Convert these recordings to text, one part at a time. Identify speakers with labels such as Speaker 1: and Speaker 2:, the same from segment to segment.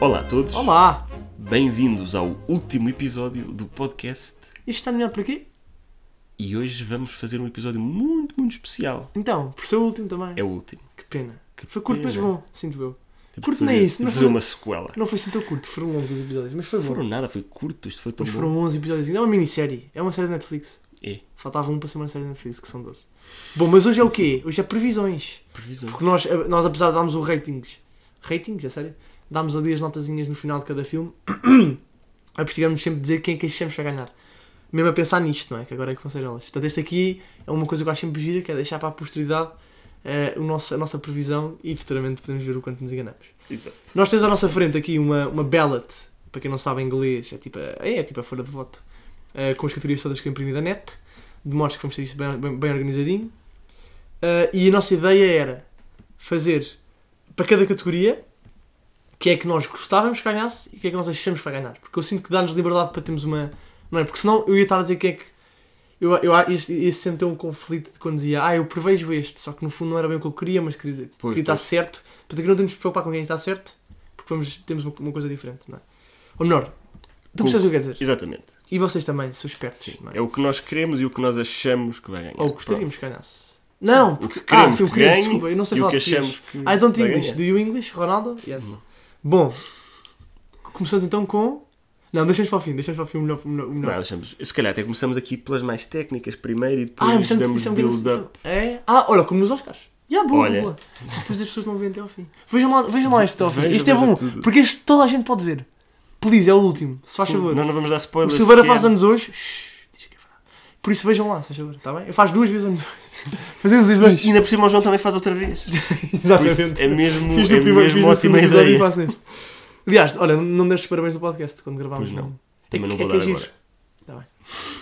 Speaker 1: Olá a todos,
Speaker 2: Olá!
Speaker 1: bem-vindos ao último episódio do podcast
Speaker 2: Isto está nomeado por quê?
Speaker 1: e hoje vamos fazer um episódio muito, muito especial.
Speaker 2: Então, por ser o último também.
Speaker 1: É o último.
Speaker 2: Que pena. Foi curto, mas
Speaker 1: pena.
Speaker 2: bom, sinto eu.
Speaker 1: Temos
Speaker 2: Curto
Speaker 1: que fazer-
Speaker 2: nem isso,
Speaker 1: temos
Speaker 2: não
Speaker 1: que fazer
Speaker 2: foi-
Speaker 1: uma sequela.
Speaker 2: Não foi assim tão curto, foram longos os episódios, mas foi
Speaker 1: Não
Speaker 2: bom.
Speaker 1: foram nada, foi curto, isto foi tão
Speaker 2: Mas
Speaker 1: bom.
Speaker 2: foram 11 episódios, ainda é uma minissérie. É uma série da Netflix.
Speaker 1: É,
Speaker 2: Faltava um para ser uma série da Netflix, que são 12. Bom, mas hoje é o quê? Hoje é previsões.
Speaker 1: previsão.
Speaker 2: Porque nós, eh, nós apesar de darmos o ratings, ratings, é sério? Dámos ali as notazinhas no final de cada filme, apercebemos sempre dizer quem é que achamos que vai ganhar. Mesmo a pensar nisto, não é? Que agora é que vão ser elas. Portanto, este aqui é uma coisa que eu acho sempre gira, que é deixar para a posteridade eh, o nosso, a nossa previsão e futuramente podemos ver o quanto nos enganamos.
Speaker 1: Exato.
Speaker 2: Nós temos à nossa frente aqui uma, uma ballot, para quem não sabe inglês, é tipo, a- é, é tipo a folha de voto, eh, com as categorias todas que eu imprimi da net, demonstra que vamos ter isso bem, bem- bem organizadinho. Eh, e a nossa ideia era fazer para cada categoria que é que nós gostávamos que ganhasse e que é que nós achamos que vai ganhar. Porque eu sinto que dá-nos liberdade para termos uma. Não é? Porque senão eu ia estar a dizer que é que. Eu, eu, isso, isso sempre tem um conflito de quando dizia, ah, eu prevejo este, só que no fundo não era bem o que eu queria, mas queria,
Speaker 1: Pois,
Speaker 2: queria estar
Speaker 1: pois.
Speaker 2: certo. Portanto, aqui não temos de preocupar com quem está certo, porque vamos, temos uma, uma coisa diferente, não é? Ou melhor, tu percebes o que eu quero dizer.
Speaker 1: Exatamente.
Speaker 2: E vocês também, são espertos, não é?
Speaker 1: É o que nós queremos e o que nós achamos que vai ganhar.
Speaker 2: Ou gostaríamos que ganhasse. Não,
Speaker 1: Pronto. O que
Speaker 2: ah,
Speaker 1: queremos
Speaker 2: sim, o
Speaker 1: que
Speaker 2: queríamos,
Speaker 1: ganhe
Speaker 2: desculpa, eu não sei
Speaker 1: e o
Speaker 2: falar
Speaker 1: que
Speaker 2: português.
Speaker 1: achamos que
Speaker 2: I don't
Speaker 1: vai
Speaker 2: English.
Speaker 1: ganhar. Uhum.
Speaker 2: Do you English, Ronaldo? Yes. Bom, começamos então com. Não, deixamos para o fim, deixamos para o fim o melhor. O melhor, o
Speaker 1: Não,
Speaker 2: melhor.
Speaker 1: deixamos- Se calhar até começamos aqui pelas mais técnicas primeiro e depois
Speaker 2: é? ah, mas isso é um
Speaker 1: damos
Speaker 2: isso é um
Speaker 1: build
Speaker 2: bocadinho.
Speaker 1: up.
Speaker 2: É? Ah, olha, como nos Oscars. Já, boa,
Speaker 1: Olha.
Speaker 2: boa. Depois as pessoas não veem até ao fim. Vejam lá, vejam lá este até ao fim.
Speaker 1: Vejam,
Speaker 2: Este é
Speaker 1: vejam
Speaker 2: bom,
Speaker 1: tudo.
Speaker 2: porque este toda a gente pode ver. Please, é o último, se faz
Speaker 1: Sim,
Speaker 2: favor.
Speaker 1: Não, não vamos dar
Speaker 2: O
Speaker 1: spoilers.
Speaker 2: Silveira
Speaker 1: sequer.
Speaker 2: faz anos hoje. Shhh, diz que é verdade. Por isso vejam lá, se faz favor, está bem? Eu faço duas vezes anos hoje. Fazemos os dois.
Speaker 1: E ainda por cima o João também faz outra vez. Por isso
Speaker 2: Exatamente.
Speaker 1: é mesmo,
Speaker 2: Fiz
Speaker 1: é
Speaker 2: no primeiro, fiz
Speaker 1: mesmo
Speaker 2: no segundo
Speaker 1: ótima
Speaker 2: episódio e
Speaker 1: ideia.
Speaker 2: faço neste. Aliás, olha, não deixes parabéns no podcast quando gravámos.
Speaker 1: Pois não.
Speaker 2: um-
Speaker 1: Também não
Speaker 2: que-
Speaker 1: vou
Speaker 2: que
Speaker 1: dar
Speaker 2: giro.
Speaker 1: agora.
Speaker 2: Tá bem.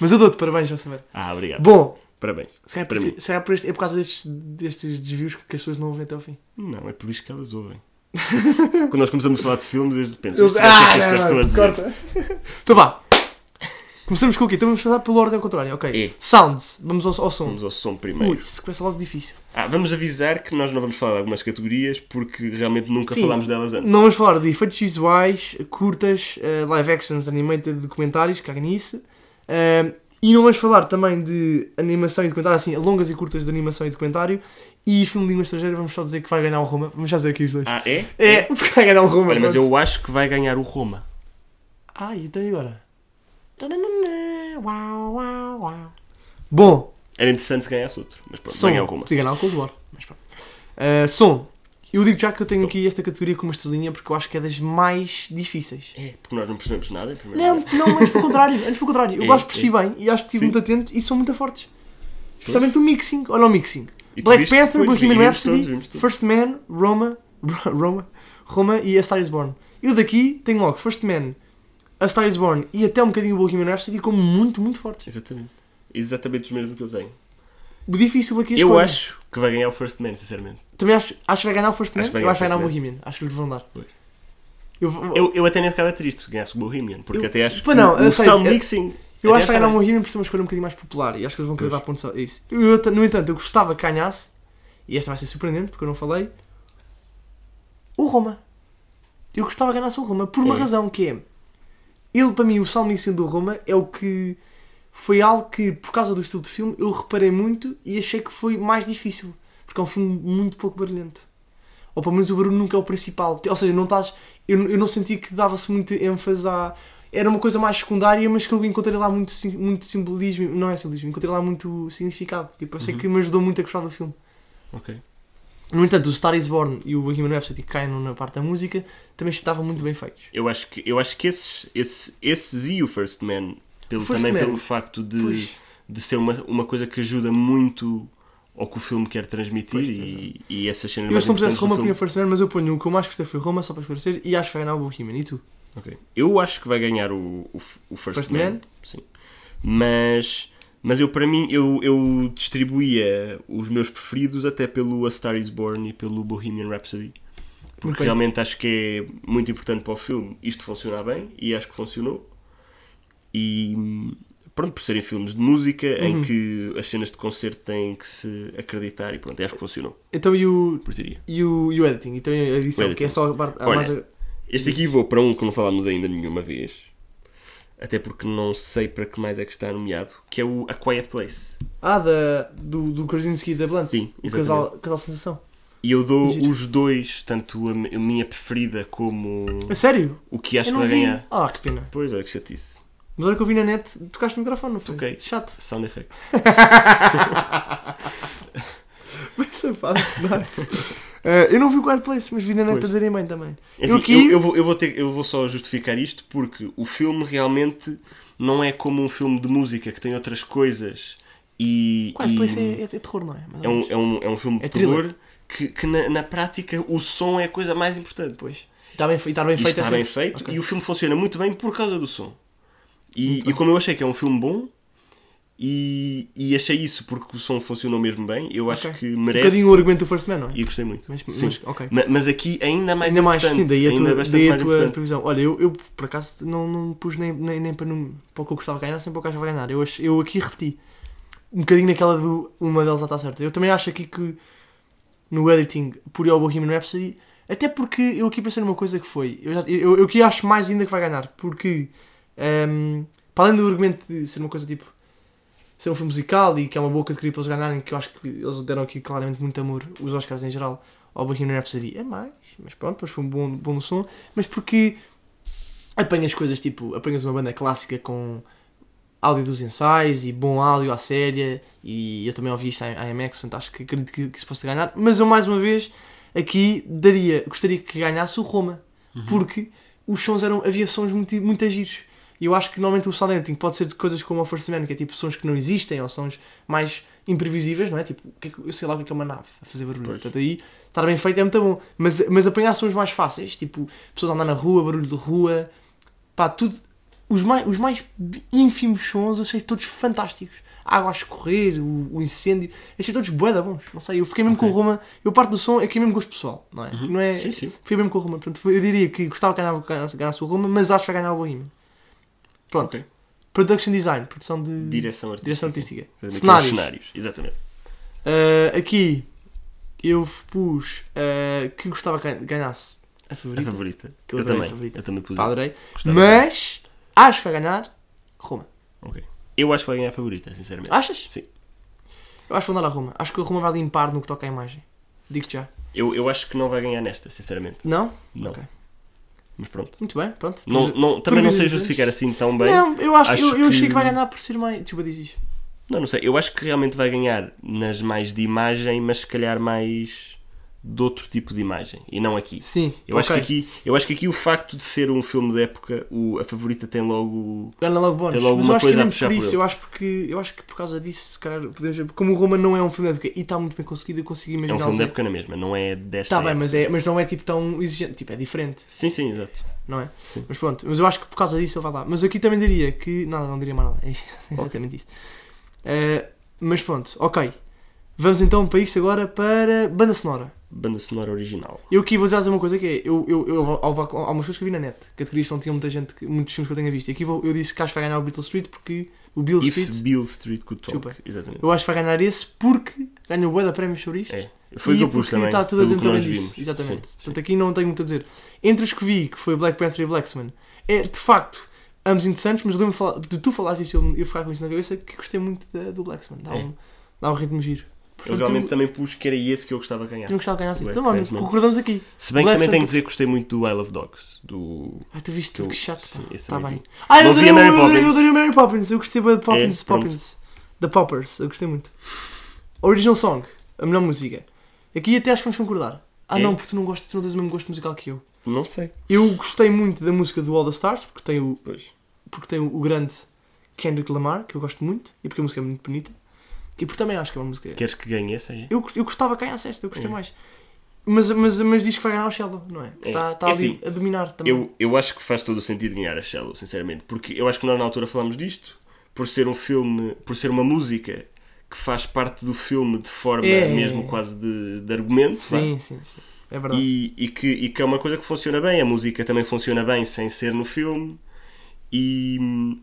Speaker 2: Mas eu dou-te parabéns, João Saber.
Speaker 1: Ah, obrigado.
Speaker 2: Bom,
Speaker 1: Parabéns.
Speaker 2: se calhar,
Speaker 1: Para
Speaker 2: por,
Speaker 1: mim.
Speaker 2: se calhar por este, é por causa destes, destes desvios que as pessoas não ouvem até ao fim.
Speaker 1: Não, é por isso que elas ouvem. Quando nós começamos a falar de filmes, eles pensam, isto ah, que as pessoas estão a dizer.
Speaker 2: Então vá. Começamos com o quê? Então vamos passar pela ordem ao contrário, ok?
Speaker 1: É.
Speaker 2: Sounds. Vamos ao, ao som.
Speaker 1: Vamos ao som
Speaker 2: Ui,
Speaker 1: primeiro.
Speaker 2: isso começa logo difícil.
Speaker 1: Ah, vamos avisar que nós não vamos falar de algumas categorias porque realmente nunca
Speaker 2: Sim.
Speaker 1: falámos delas antes.
Speaker 2: Não vamos falar de efeitos visuais, curtas, eh, live actions, animated, documentários, caga nisso. Eh, e não vamos falar também de animação e documentário, assim, longas e curtas de animação e documentário. E filme de língua estrangeira, vamos só dizer que vai ganhar o Roma. Vamos já dizer aqui os dois.
Speaker 1: Ah, é?
Speaker 2: É, porque vai ganhar o Roma.
Speaker 1: Olha, mas
Speaker 2: pronto.
Speaker 1: eu acho que vai ganhar o Roma.
Speaker 2: Ai, então e agora? Tananana, uau, uau, uau. Bom,
Speaker 1: Era interessante se ganhasse outro, mas pronto,
Speaker 2: som.
Speaker 1: vai ganhar o Roma.
Speaker 2: Podia ganhar o Cold War, mas pronto. Eh, som. Eu digo já que eu tenho
Speaker 1: Som.
Speaker 2: aqui esta categoria com uma estrelinha porque eu acho que é das mais difíceis.
Speaker 1: É, porque nós não percebemos nada em primeiro
Speaker 2: Não,
Speaker 1: lugar.
Speaker 2: não, antes pelo contrário, antes pelo contrário. Eu
Speaker 1: É,
Speaker 2: gosto, percebi bem e acho que estive
Speaker 1: Sim.
Speaker 2: muito atento e são muito fortes. Especialmente o mixing, olha o mixing.
Speaker 1: E tu
Speaker 2: Black
Speaker 1: viste
Speaker 2: Panther,
Speaker 1: depois,
Speaker 2: Bohemian
Speaker 1: vimos todos,
Speaker 2: Rhapsody,
Speaker 1: vimos todos.
Speaker 2: First Man, Roma, Roma, Roma e A Star Is Born. Eu daqui tenho logo First Man, A Star Is Born e até um bocadinho o Bohemian Rhapsody como muito, muito fortes.
Speaker 1: Exatamente. Exatamente os mesmos que eu tenho.
Speaker 2: O difícil aqui é
Speaker 1: Eu
Speaker 2: escolher.
Speaker 1: acho que vai ganhar o First Man, sinceramente.
Speaker 2: Também acho, acho que vai ganhar o First Man,
Speaker 1: Acho que vai
Speaker 2: eu acho que vai
Speaker 1: ganhar
Speaker 2: ganhar o
Speaker 1: o First
Speaker 2: Bohemian. Acho que lhes vão dar.
Speaker 1: Pois.
Speaker 2: Eu, vou-
Speaker 1: Eu, eu até nem ficava triste se ganhasse o Bohemian, porque
Speaker 2: Eu-
Speaker 1: até acho
Speaker 2: Pá,
Speaker 1: que
Speaker 2: não, eu
Speaker 1: o
Speaker 2: sei,
Speaker 1: sound
Speaker 2: é-
Speaker 1: mixing...
Speaker 2: Eu
Speaker 1: até
Speaker 2: acho que vai
Speaker 1: acho
Speaker 2: ganhar o Bohemian por ser uma escolha um bocadinho mais popular e acho que eles vão querer
Speaker 1: Pois.
Speaker 2: dar pontos a isso. Eu, te- no entanto, eu gostava que ganhasse, e esta vai ser surpreendente porque eu não falei, o Roma. Eu gostava que ganhasse o Roma por uma
Speaker 1: É.
Speaker 2: razão que é. Ele, para mim, o Salmo Incêndio do Roma é o que. Foi algo que, por causa do estilo de filme, eu reparei muito e achei que foi mais difícil. Porque é um filme muito pouco barulhento. Ou pelo menos o barulho nunca é o principal. Ou seja, não estás. Eu, eu não senti que dava-se muito ênfase à. Era uma coisa mais secundária, mas que eu encontrei lá muito, sim- muito simbolismo. Não é simbolismo, encontrei lá muito significado. Tipo, eu sei que me ajudou muito a gostar do filme.
Speaker 1: Ok.
Speaker 2: No entanto, o Star is Born e o Bohemian Rhapsody que caem na parte da música também estavam muito bem feitos.
Speaker 1: Eu acho que, eu acho que esses, esses, esses e o First Man, pelo,
Speaker 2: First
Speaker 1: também
Speaker 2: Man.
Speaker 1: pelo facto de,
Speaker 2: Pois.
Speaker 1: de ser uma, uma coisa que ajuda muito ao que o filme quer transmitir
Speaker 2: Pois,
Speaker 1: e, e essas cenas
Speaker 2: Eu
Speaker 1: mais
Speaker 2: se não pusesse
Speaker 1: importantes do
Speaker 2: Roma,
Speaker 1: filme.
Speaker 2: punha First Man, mas eu ponho o que eu mais gostei foi Roma, só para esclarecer, e acho que vai ganhar o Bohemian. E tu?
Speaker 1: Ok. Eu acho que vai ganhar o, o, f- o First,
Speaker 2: First
Speaker 1: Man.
Speaker 2: Man?
Speaker 1: Sim. Mas, mas eu, para mim, eu, eu distribuía os meus preferidos até pelo A Star Is Born e pelo Bohemian Rhapsody. Porque
Speaker 2: Muito bem.
Speaker 1: realmente acho que é muito importante para o filme isto funcionar bem e acho que funcionou. E pronto, por serem filmes de música em que as cenas de concerto têm que se acreditar e pronto, acho que funcionou.
Speaker 2: Então e o,
Speaker 1: Por isso diria.
Speaker 2: e o, e o editing? Então a edição,
Speaker 1: O editing.
Speaker 2: que é só a parte. a
Speaker 1: Olha,
Speaker 2: mais a-
Speaker 1: Este aqui vou para um que não falámos ainda nenhuma vez. Até porque não sei para que mais é que está nomeado. Que é o A Quiet Place.
Speaker 2: Ah, da, do, do Krasinski da Blunt.
Speaker 1: Sim,
Speaker 2: o
Speaker 1: exatamente.
Speaker 2: casal, casal Sensação.
Speaker 1: E eu dou
Speaker 2: Giro.
Speaker 1: os dois, tanto a mi- a minha preferida como
Speaker 2: A É sério?
Speaker 1: o que acho
Speaker 2: eu
Speaker 1: que
Speaker 2: não
Speaker 1: vai
Speaker 2: vi.
Speaker 1: ganhar.
Speaker 2: Ah, que pena.
Speaker 1: Pois, olha que chatice.
Speaker 2: Mas olha que eu vi na net, tocaste no microfone, não foi?
Speaker 1: Toquei.
Speaker 2: Chato.
Speaker 1: Sound É assim, effects.
Speaker 2: Mas safado. Eh, eu não vi o Quiet Place, mas vi na net
Speaker 1: Pois.
Speaker 2: a dizerem bem também.
Speaker 1: É
Speaker 2: Eu
Speaker 1: assim,
Speaker 2: aqui-
Speaker 1: eu, eu vou, eu vou ter- eu vou só justificar isto porque o filme realmente não é como um filme de música que tem outras coisas e.
Speaker 2: Quiet
Speaker 1: e-
Speaker 2: Place é, é, é terror, não é? Mais ou
Speaker 1: é um,
Speaker 2: menos.
Speaker 1: é um, é um filme de
Speaker 2: É thriller.
Speaker 1: terror que, que na, na prática o som é a coisa mais importante.
Speaker 2: Pois. Está bem, fe- e está bem
Speaker 1: E
Speaker 2: feito.
Speaker 1: está
Speaker 2: é
Speaker 1: bem
Speaker 2: sempre-
Speaker 1: feito
Speaker 2: Ok.
Speaker 1: e o filme funciona muito bem por causa do som. E, e como eu achei que é um filme bom e, e achei isso porque o som funcionou mesmo bem, eu acho
Speaker 2: Ok.
Speaker 1: que
Speaker 2: Um
Speaker 1: merece
Speaker 2: bocadinho o argumento do First Man, não é?
Speaker 1: e gostei muito.
Speaker 2: Mas,
Speaker 1: Sim.
Speaker 2: mas, ok.
Speaker 1: Ma- Mas aqui ainda mais
Speaker 2: ainda mais,
Speaker 1: importante.
Speaker 2: sim, daí a
Speaker 1: ainda
Speaker 2: tua,
Speaker 1: bastante
Speaker 2: daí a
Speaker 1: mais
Speaker 2: tua
Speaker 1: importante.
Speaker 2: previsão. Olha, eu, eu por acaso não, não pus nem, nem, nem para, num- para o que eu gostava de ganhar, sem para o que achava ganhar. Eu, ach- eu aqui repeti um bocadinho naquela do uma delas já está certa. Eu também acho aqui que no editing, por ao Bohemian Rhapsody, até porque eu aqui pensei numa coisa que foi, eu, já, eu, eu aqui acho mais ainda que vai ganhar, porque ehm, para além do argumento de ser uma coisa tipo ser um filme musical e que é uma boa categoria para eles ganharem, que eu acho que eles deram aqui claramente muito amor, os Oscars em geral, ao Bohemian Rhapsody é mais, mas pronto, depois foi um bom, bom som, mas porque apanhas coisas tipo, apanhas uma banda clássica com áudio dos ensaios e bom áudio à séria, e eu também ouvi isto em IMAX, portanto acho que acredito que, que se possa ganhar, mas eu mais uma vez aqui daria, gostaria que ganhasse o Roma, porque os sons eram, havia sons muito, muito agidos. E eu acho que normalmente o sound editing pode ser de coisas como a First Man, que é tipo sons que não existem ou sons mais imprevisíveis, não é? Tipo, o que é que- eu sei lá o que é que é uma nave a fazer barulho.
Speaker 1: Pois.
Speaker 2: Portanto, aí estar bem feito é muito bom. Mas, mas apanhar sons mais fáceis, tipo pessoas a andar na rua, barulho de rua, pá, tudo. Os mais, os mais ínfimos sons eu achei todos fantásticos. A água a escorrer, o, o incêndio, achei todos boeda bons. Não sei, eu fiquei mesmo com o Roma. Eu parte do som é que é mesmo gosto pessoal, não é? Não é
Speaker 1: Uhum. Sim, sim.
Speaker 2: Fui mesmo com o Roma. Portanto, foi- eu diria que gostava que ganhava- ganhasse, ganhasse o Roma, mas acho que vai ganhar o Bohemian. Pronto.
Speaker 1: Ok.
Speaker 2: Production design, produção de.
Speaker 1: Direção artística.
Speaker 2: Direção artística.
Speaker 1: Exatamente, aqueles
Speaker 2: Cenários.
Speaker 1: cenários. Exatamente.
Speaker 2: Ah, aqui eu pus ah, que gostava que ganhasse a
Speaker 1: A
Speaker 2: favorita.
Speaker 1: favorita.
Speaker 2: Que eu
Speaker 1: eu
Speaker 2: adorei a
Speaker 1: também.
Speaker 2: favorita.
Speaker 1: Eu também pus
Speaker 2: Pá,
Speaker 1: isso.
Speaker 2: adorei.
Speaker 1: Gostava disso.
Speaker 2: Mas acho que vai ganhar Roma.
Speaker 1: Ok. Eu acho que vai ganhar a favorita, sinceramente.
Speaker 2: Achas?
Speaker 1: Sim.
Speaker 2: Eu acho que vou andar a Roma. Acho que a Roma vai limpar no que toca à imagem. Digo-te já.
Speaker 1: Eu, eu acho que não vai ganhar nesta, sinceramente.
Speaker 2: Não?
Speaker 1: Não.
Speaker 2: Ok.
Speaker 1: Mas pronto.
Speaker 2: Muito bem, pronto.
Speaker 1: Não, não- também não sei
Speaker 2: previsões.
Speaker 1: justificar assim tão bem.
Speaker 2: não, eu acho,
Speaker 1: acho
Speaker 2: eu, eu achei
Speaker 1: que-
Speaker 2: que vai ganhar por ser mais. Desculpa, diz isto.
Speaker 1: Não, não sei. Eu acho que realmente vai ganhar nas mais de imagem, mas se calhar mais de outro tipo de imagem. E não aqui.
Speaker 2: Sim.
Speaker 1: Eu, acho que
Speaker 2: ok.
Speaker 1: aqui eu acho que aqui o facto de ser um filme de época, o, a favorita tem logo.
Speaker 2: Ganha logo bónus.
Speaker 1: Tem logo
Speaker 2: mas
Speaker 1: uma
Speaker 2: eu acho
Speaker 1: coisa a
Speaker 2: que
Speaker 1: puxar
Speaker 2: é mesmo
Speaker 1: por
Speaker 2: por isso.
Speaker 1: ele.
Speaker 2: Eu acho, porque, eu acho que por causa disso, se calhar, podemos ver. Como o Roma não é um filme de época e está muito bem conseguido, eu consigo
Speaker 1: É
Speaker 2: imaginar.
Speaker 1: um filme de época na mesma, não é desta.
Speaker 2: Está bem,
Speaker 1: época.
Speaker 2: mas, é, mas não é tipo tão exigente. Tipo, é diferente,
Speaker 1: Sim, sim, exato.
Speaker 2: não é?
Speaker 1: Sim.
Speaker 2: Mas pronto, mas eu acho que por causa disso ele vai lá. Mas aqui também diria que. Nada, não diria mais nada. É exatamente isso. Eh, mas pronto, ok. Vamos então para isso agora para banda sonora.
Speaker 1: Banda sonora original.
Speaker 2: Eu aqui vou dizer uma coisa que é, eu, eu, eu há há algumas coisas que eu vi na net, categorias que não tinha muita gente, que- muitos filmes que eu tenha visto. E aqui vou- eu disse que acho que vai ganhar o Beatles Street porque o Bill
Speaker 1: If
Speaker 2: Street.
Speaker 1: Bill Street Could Talk.
Speaker 2: Desculpa.
Speaker 1: Exatamente.
Speaker 2: Eu acho que vai ganhar esse porque ganha o bué da prémios sobre isto.
Speaker 1: É. Foi o que eu pus
Speaker 2: porque
Speaker 1: também.
Speaker 2: Está tudo assim a
Speaker 1: pelo que
Speaker 2: dizer também
Speaker 1: nós
Speaker 2: disso.
Speaker 1: vimos.
Speaker 2: Exatamente.
Speaker 1: Sim, sim.
Speaker 2: Portanto, aqui não tenho muito a dizer. Entre os que vi, que foi Black Panther e Blacksman, é de facto ambos interessantes, mas lembro de falar- de tu falares isso e eu, eu ficar com isso na cabeça que gostei muito da- do Blacksman. Dá,
Speaker 1: É.
Speaker 2: um, dá um ritmo giro.
Speaker 1: Eu
Speaker 2: Portanto,
Speaker 1: realmente também pus que era esse que eu gostava de ganhar.
Speaker 2: tinha gostado de ganhar assim.
Speaker 1: Black
Speaker 2: Então, mano,
Speaker 1: Panther.
Speaker 2: concordamos aqui.
Speaker 1: Se bem que
Speaker 2: Black
Speaker 1: também tenho
Speaker 2: Sun-
Speaker 1: que dizer que gostei muito do I Love Dogs. Do...
Speaker 2: Ai, tu viste tudo,
Speaker 1: Eu-
Speaker 2: que chato.
Speaker 1: sim,
Speaker 2: pá.
Speaker 1: esse
Speaker 2: tá
Speaker 1: também
Speaker 2: bem.
Speaker 1: vi.
Speaker 2: Ai, eu
Speaker 1: Não vi
Speaker 2: adorei,
Speaker 1: a Mary
Speaker 2: eu adorei, eu
Speaker 1: Poppins. É,
Speaker 2: adorei a Mary Poppins. Eu gostei bem de Poppins,
Speaker 1: pronto.
Speaker 2: Poppins. Da Poppers, eu gostei muito. Original Song, a melhor música. Aqui até acho que vamos concordar. Ah
Speaker 1: É?
Speaker 2: não, porque tu não gostas, tu não tens o mesmo gosto musical que eu.
Speaker 1: Não sei.
Speaker 2: Eu gostei muito da música do All the Stars, porque tem o,
Speaker 1: Pois.
Speaker 2: porque tem o grande Kendrick Lamar, que eu gosto muito, e porque a música é muito bonita. E porque também acho que é uma música.
Speaker 1: Queres que ganhe essa aí?
Speaker 2: Eu, gost- eu gostava que ganhasse esta, eu gostei
Speaker 1: É.
Speaker 2: mais. Mas, mas, mas diz que vai ganhar o Shallow, não é?
Speaker 1: É.
Speaker 2: Está
Speaker 1: É
Speaker 2: ali
Speaker 1: assim,
Speaker 2: a dominar também.
Speaker 1: Eu, eu acho que faz todo o sentido ganhar a Shallow, sinceramente. Porque eu acho que nós na altura falámos disto. Por ser um filme, por ser uma música que faz parte do filme de forma
Speaker 2: É.
Speaker 1: mesmo quase de, de argumento. vá.
Speaker 2: Sim, sim, sim. É verdade.
Speaker 1: E, e que, e que é uma coisa que funciona bem. A música também funciona bem sem ser no filme. E,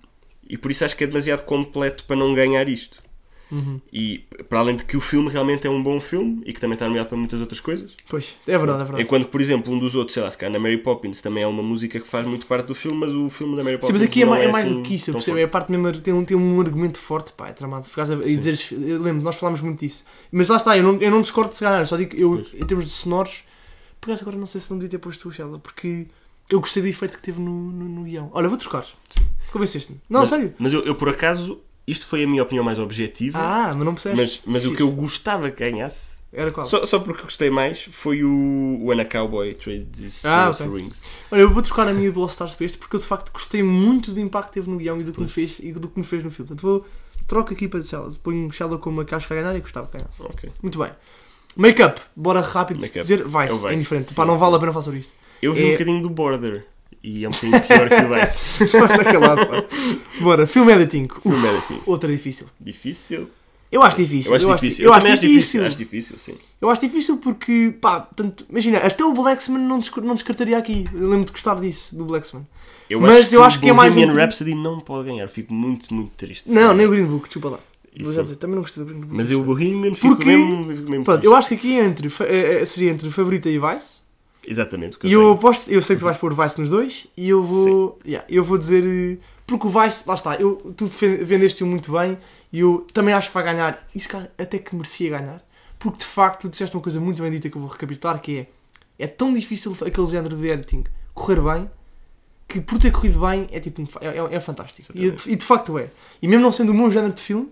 Speaker 1: e por isso acho que é demasiado completo para não ganhar isto.
Speaker 2: Uhum.
Speaker 1: E para além de que o filme realmente é um bom filme e que também está nomeado para muitas outras coisas.
Speaker 2: Pois, é verdade, é verdade.
Speaker 1: Enquanto, por exemplo, um dos outros, sei lá, se calhar na Mary Poppins também é uma música que faz muito parte do filme, mas o filme da Mary Poppins.
Speaker 2: Sim, mas aqui é,
Speaker 1: não
Speaker 2: ma- é mais
Speaker 1: assim
Speaker 2: do que isso, eu
Speaker 1: tão
Speaker 2: percebo. É a parte mesmo, tem um, tem um argumento forte, pá, é tramado. Ficas a, a
Speaker 1: Sim.
Speaker 2: dizer, eu lembro, nós falámos muito disso. Mas lá está, eu não, eu não discordo de se calhar, só digo que eu,
Speaker 1: Pois.
Speaker 2: em termos de sonoros, por acaso agora não sei se não devia ter posto tu, Sheila, porque eu gostei do efeito que teve no, no, no guião. Olha, vou trocar. Convenceste-me. Não,
Speaker 1: mas,
Speaker 2: sério.
Speaker 1: Mas eu, eu, por acaso, isto foi a minha opinião mais objetiva,
Speaker 2: é- Ah, mas não percebes.
Speaker 1: mas, mas o
Speaker 2: X.
Speaker 1: que eu gostava que ganhasse,
Speaker 2: Era qual?
Speaker 1: só, só porque gostei mais, foi o, o Anna Cowboy Trades
Speaker 2: Ah,
Speaker 1: Spirits for
Speaker 2: ok.
Speaker 1: Rings.
Speaker 2: Olha, eu vou trocar a minha do All Stars para este porque eu de facto gostei muito do impacto que teve no guião e do que, me fez, e do que me fez no filme. Portanto, vou troco aqui para Sheila. Ponho Sheila como a que acho que vai ganhar e gostava que ganhasse.
Speaker 1: Ok.
Speaker 2: Muito bem. Make-up, bora rápido
Speaker 1: Make-up.
Speaker 2: dizer, vai
Speaker 1: É o Vice,
Speaker 2: é indiferente.
Speaker 1: sim,
Speaker 2: Pá, não
Speaker 1: sim.
Speaker 2: vale a pena falar sobre isto.
Speaker 1: Eu vi
Speaker 2: É-
Speaker 1: um bocadinho do Border e é um bocadinho pior que o Vice.
Speaker 2: Está calado, pá. Bora, filme editing. Uf,
Speaker 1: Filme editing.
Speaker 2: outra difícil.
Speaker 1: Difícil.
Speaker 2: Eu acho difícil.
Speaker 1: Eu acho difícil.
Speaker 2: Eu acho
Speaker 1: também acho
Speaker 2: difícil.
Speaker 1: Acho difícil, sim.
Speaker 2: Eu acho difícil porque, pá, tanto, imagina, até o Blacksman não, descu- não descartaria aqui. Eu lembro de gostar disso, do Blaxman.
Speaker 1: Eu
Speaker 2: Mas eu acho que é mais
Speaker 1: Bohemian
Speaker 2: inter-
Speaker 1: Rhapsody não pode ganhar. Fico muito, muito triste.
Speaker 2: Não, nem o Green Book, desculpa lá.
Speaker 1: Isso.
Speaker 2: Vou já dizer, também não gostei do Green Book.
Speaker 1: Mas eu o Bohemian fico
Speaker 2: Porque-
Speaker 1: mesmo, fico mesmo
Speaker 2: Pronto,
Speaker 1: triste.
Speaker 2: eu acho que aqui é entre, fa- eh, eh, seria entre Favorita e Vice.
Speaker 1: Exatamente. o que
Speaker 2: E
Speaker 1: eu
Speaker 2: eu
Speaker 1: tenho.
Speaker 2: aposto, eu sei que tu vais pôr Vice nos dois e eu vou, yeah, eu vou dizer eh, porque o Vice, lá está, eu, tu defen- vendeste-o muito bem e eu também acho que vai ganhar. Isso cara, até que merecia ganhar, porque de facto tu disseste uma coisa muito bem dita que eu vou recapitular, que é é tão difícil aquele género de editing correr bem que por ter corrido bem é tipo um fa- é, é- é fantástico. E,
Speaker 1: Exatamente.
Speaker 2: de- e de facto é. E mesmo não sendo o meu género de filme,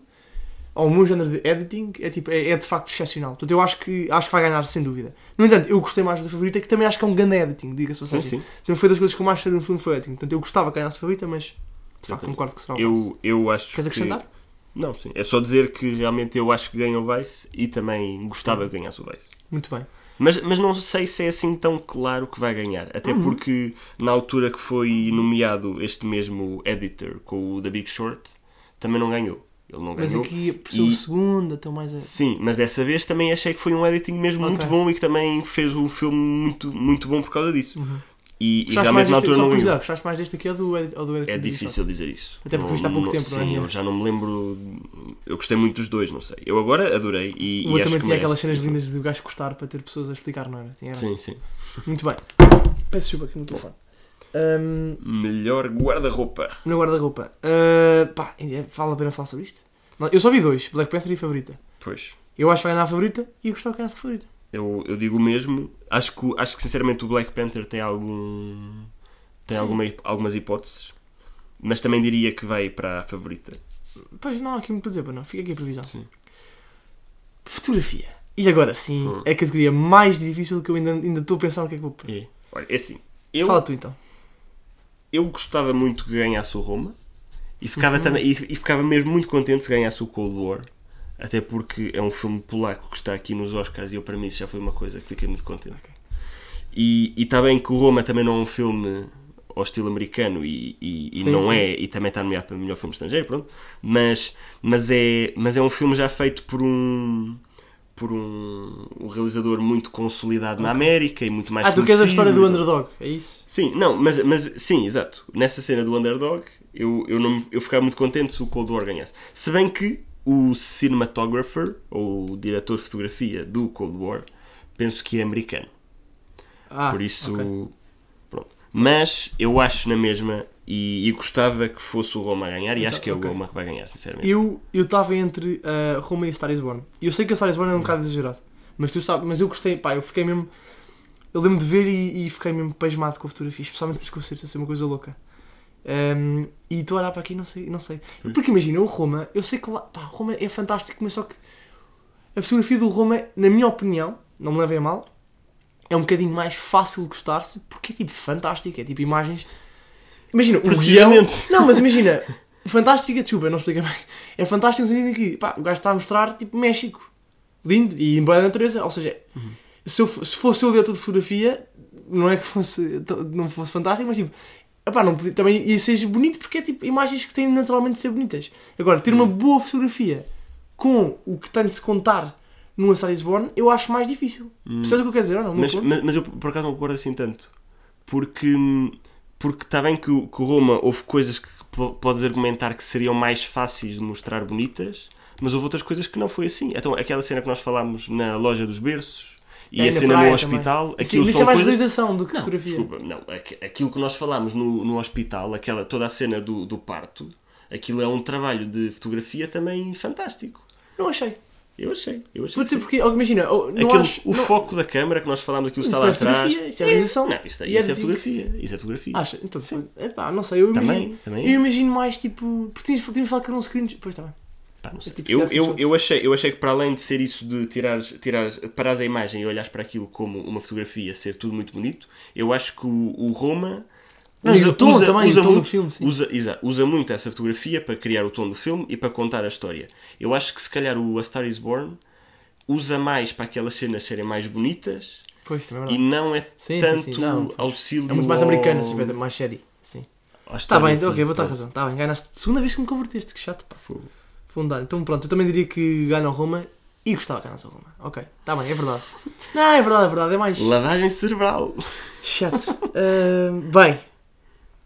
Speaker 2: ou o meu género de editing, é, tipo, é, é de facto excepcional. Portanto, eu acho que, acho que vai ganhar sem dúvida. No entanto, eu gostei mais da favorita, que também acho que é um grande editing, diga-se
Speaker 1: Sim,
Speaker 2: passagem.
Speaker 1: sim.
Speaker 2: Também foi das coisas que eu mais gostei no filme foi o editing. Portanto, eu gostava que ganhasse a favorita, mas de facto
Speaker 1: Exatamente.
Speaker 2: concordo que será o Vice.
Speaker 1: Eu, eu acho
Speaker 2: Queres
Speaker 1: que...
Speaker 2: acrescentar?
Speaker 1: Não, sim. É só dizer que realmente eu acho que ganha o Vice e também gostava que ganhasse o Vice.
Speaker 2: Muito bem.
Speaker 1: Mas, mas não sei se é assim tão claro que vai ganhar. Até
Speaker 2: Uhum.
Speaker 1: porque na altura que foi nomeado este mesmo editor com o The Big Short, também não ganhou. Ele não
Speaker 2: Mas
Speaker 1: ganhou.
Speaker 2: aqui, por ser o
Speaker 1: E-
Speaker 2: segundo, até mais é- a...
Speaker 1: Sim, mas dessa vez também achei que foi um editing mesmo
Speaker 2: Ok.
Speaker 1: muito bom e que também fez um filme muito, muito bom por causa disso.
Speaker 2: Uhum.
Speaker 1: E, e
Speaker 2: Gostaste mais
Speaker 1: realmente na
Speaker 2: deste, tipo
Speaker 1: altura
Speaker 2: só
Speaker 1: não ganhou.
Speaker 2: curiosidade, Tipo gostaste mais deste aqui ou do, edit- ou do editing?
Speaker 1: É
Speaker 2: do Shot?
Speaker 1: difícil dizer isso.
Speaker 2: Até porque isto há pouco tempo, não é?
Speaker 1: Sim, eu já não me lembro. Eu gostei muito dos dois, não sei. Eu agora adorei e, e
Speaker 2: O outro
Speaker 1: acho
Speaker 2: também
Speaker 1: que
Speaker 2: tinha aquelas
Speaker 1: merece.
Speaker 2: cenas lindas de o gajo cortar para ter pessoas a explicar, não era? Tinha graça.
Speaker 1: Sim, sim.
Speaker 2: Muito bem. Peço desculpa aqui no telefone. Hum,
Speaker 1: Melhor guarda-roupa.
Speaker 2: no guarda-roupa. Uh, pá, ainda vale a pena falar sobre isto? Não, eu só vi dois, Black Panther e Favorita.
Speaker 1: Pois.
Speaker 2: Eu acho que vai ganhar a Favorita e eu gostava que ganhasse a Favorita.
Speaker 1: Eu, eu digo o mesmo. Acho que, o- acho que sinceramente o Black Panther tem algum. tem
Speaker 2: Sim.
Speaker 1: alguma, hip- algumas hipóteses. Mas também diria que vai para a favorita.
Speaker 2: Pois não há aqui muito para dizer, para não. Fica aqui a previsão.
Speaker 1: Sim.
Speaker 2: Fotografia. E agora sim,
Speaker 1: Hum.
Speaker 2: é a categoria mais difícil que eu ainda ainda estou a pensar o que é que vou pôr.
Speaker 1: É. Olha, é assim. Eu,
Speaker 2: Fala tu então.
Speaker 1: eu gostava muito que ganhasse o Roma e ficava,
Speaker 2: Uhum.
Speaker 1: também, e, e ficava mesmo muito contente se ganhasse o Cold War. Até porque é um filme polaco que está aqui nos Oscars e eu para mim isso já foi uma coisa que fiquei muito contente.
Speaker 2: Ok.
Speaker 1: E e está bem que o Roma também não é um filme ao estilo americano e, e- e
Speaker 2: Sim,
Speaker 1: não
Speaker 2: sim.
Speaker 1: é, e também está nomeado para melhor filme estrangeiro, pronto. Mas, mas, é, mas é um filme já feito por um por um, um realizador muito consolidado na América e muito mais
Speaker 2: ah, tu queres a
Speaker 1: conhecido
Speaker 2: história
Speaker 1: e
Speaker 2: do
Speaker 1: tal.
Speaker 2: underdog, é isso?
Speaker 1: Sim, não, mas, mas sim, exato. Nessa cena do Underdog, eu, eu, não, eu ficava muito contente se o Cold War ganhasse. Se bem que o cinematographer, ou o diretor de fotografia do Cold War, penso que é americano.
Speaker 2: Ah,
Speaker 1: Por isso,
Speaker 2: ok.
Speaker 1: pronto. Mas eu acho na mesma, e, e gostava que fosse o Roma a ganhar, e
Speaker 2: Então,
Speaker 1: acho que é
Speaker 2: ok.
Speaker 1: o Roma que vai ganhar, sinceramente.
Speaker 2: Eu eu estava entre uh, Roma e Star is Born. E Eu sei que a Star is Born é um bocado exagerado, mas tu sabes, mas eu gostei, pá, eu fiquei mesmo. Eu lembro de ver e, e fiquei mesmo pasmado com a fotografia, especialmente nos concertos, a ser uma coisa louca. Um, e estou a olhar para aqui e não sei, não sei. Porque imagina, o Roma, eu sei que lá, pá, Roma é fantástico, mas só que a fotografia do Roma, na minha opinião, não me levem a mal, é um bocadinho mais fácil de gostar-se porque é tipo fantástico, é tipo imagens. Imagina, o guião,
Speaker 1: Precisamente.
Speaker 2: não, mas imagina, fantástica, desculpa, eu não expliquei bem. É fantástico no sentido em que pá, o gajo está a mostrar tipo México, lindo e em boa natureza. Ou seja,
Speaker 1: Uhum.
Speaker 2: se, eu fo- se fosse eu diretor de fotografia, não é que fosse, t- não fosse fantástico, mas tipo, epá, não podia- também ia ser bonito porque é tipo imagens que têm naturalmente de ser bonitas. Agora, ter uma
Speaker 1: Uhum.
Speaker 2: boa fotografia com o que tem de se contar numa Star is Born, eu acho mais difícil. Percebes o que eu quero dizer? Ou não? O meu
Speaker 1: Hum. Mas,
Speaker 2: ponto?
Speaker 1: mas, mas eu por acaso não concordo assim tanto. Porque porque está bem que o, que o Roma houve coisas que po- podes argumentar que seriam mais fáceis de mostrar bonitas, Mas houve outras coisas que não foi assim. Então, aquela cena que nós falámos na loja dos berços e
Speaker 2: É,
Speaker 1: a
Speaker 2: na
Speaker 1: cena no
Speaker 2: praia
Speaker 1: hospital,
Speaker 2: Isso,
Speaker 1: aquilo
Speaker 2: isso
Speaker 1: são
Speaker 2: é mais
Speaker 1: coisas.
Speaker 2: realização do que
Speaker 1: Não,
Speaker 2: fotografia.
Speaker 1: desculpa, não. Aqu- Aquilo que nós falámos no, no hospital, aquela, toda a cena do, do parto, aquilo é um trabalho de fotografia também fantástico.
Speaker 2: Não achei.
Speaker 1: Eu achei, eu achei.
Speaker 2: Vou dizer porque, oh, imagina, oh, não
Speaker 1: Aquele-
Speaker 2: acho,
Speaker 1: o
Speaker 2: não-
Speaker 1: foco da câmara que nós falámos, aquilo
Speaker 2: Isso
Speaker 1: está lá
Speaker 2: não é fotografia,
Speaker 1: atrás.
Speaker 2: isso é realização.
Speaker 1: Não, isso,
Speaker 2: E é
Speaker 1: isso é
Speaker 2: de-
Speaker 1: fotografia. Isso é fotografia.
Speaker 2: Acha? Então,
Speaker 1: Sim.
Speaker 2: epá, não sei, eu imagino,
Speaker 1: Também, também.
Speaker 2: Eu imagino mais tipo. Porque tínhamos tínhamos falado que era um screen. Pois está bem.
Speaker 1: Pá, não sei.
Speaker 2: É tipo
Speaker 1: eu,
Speaker 2: tirar
Speaker 1: eu,
Speaker 2: screenshots.
Speaker 1: eu, achei, eu achei que para além de ser isso de tirares, tirares, parares a imagem e olhares para aquilo como uma fotografia, ser tudo muito bonito, eu acho que o, o Roma
Speaker 2: Não, e o tom também, o tom do
Speaker 1: muito,
Speaker 2: filme, sim.
Speaker 1: usa, exa- usa muito essa fotografia para criar o tom do filme e para contar a história. Eu acho que se calhar o A Star Is Born usa mais para aquelas cenas serem mais bonitas
Speaker 2: Pois, também é
Speaker 1: e
Speaker 2: verdade.
Speaker 1: não é
Speaker 2: Sim, sim,
Speaker 1: tanto
Speaker 2: sim, não.
Speaker 1: auxílio
Speaker 2: É muito mais
Speaker 1: ao-
Speaker 2: americano, assim, é mais série. Sim.
Speaker 1: à
Speaker 2: Está
Speaker 1: história
Speaker 2: Tá bem,
Speaker 1: em si.
Speaker 2: ok, vou estar razão. Está bem, ganhaste. Segunda vez que me converteste, que chato, pá.
Speaker 1: Fogo.
Speaker 2: Vou mudar. Então pronto, eu também diria que ganha o Roma e gostava que ganhasse o Roma. Ok, está bem, é verdade. Não, é verdade, é verdade, é mais
Speaker 1: Lavagem cerebral.
Speaker 2: chato. Ah, bem,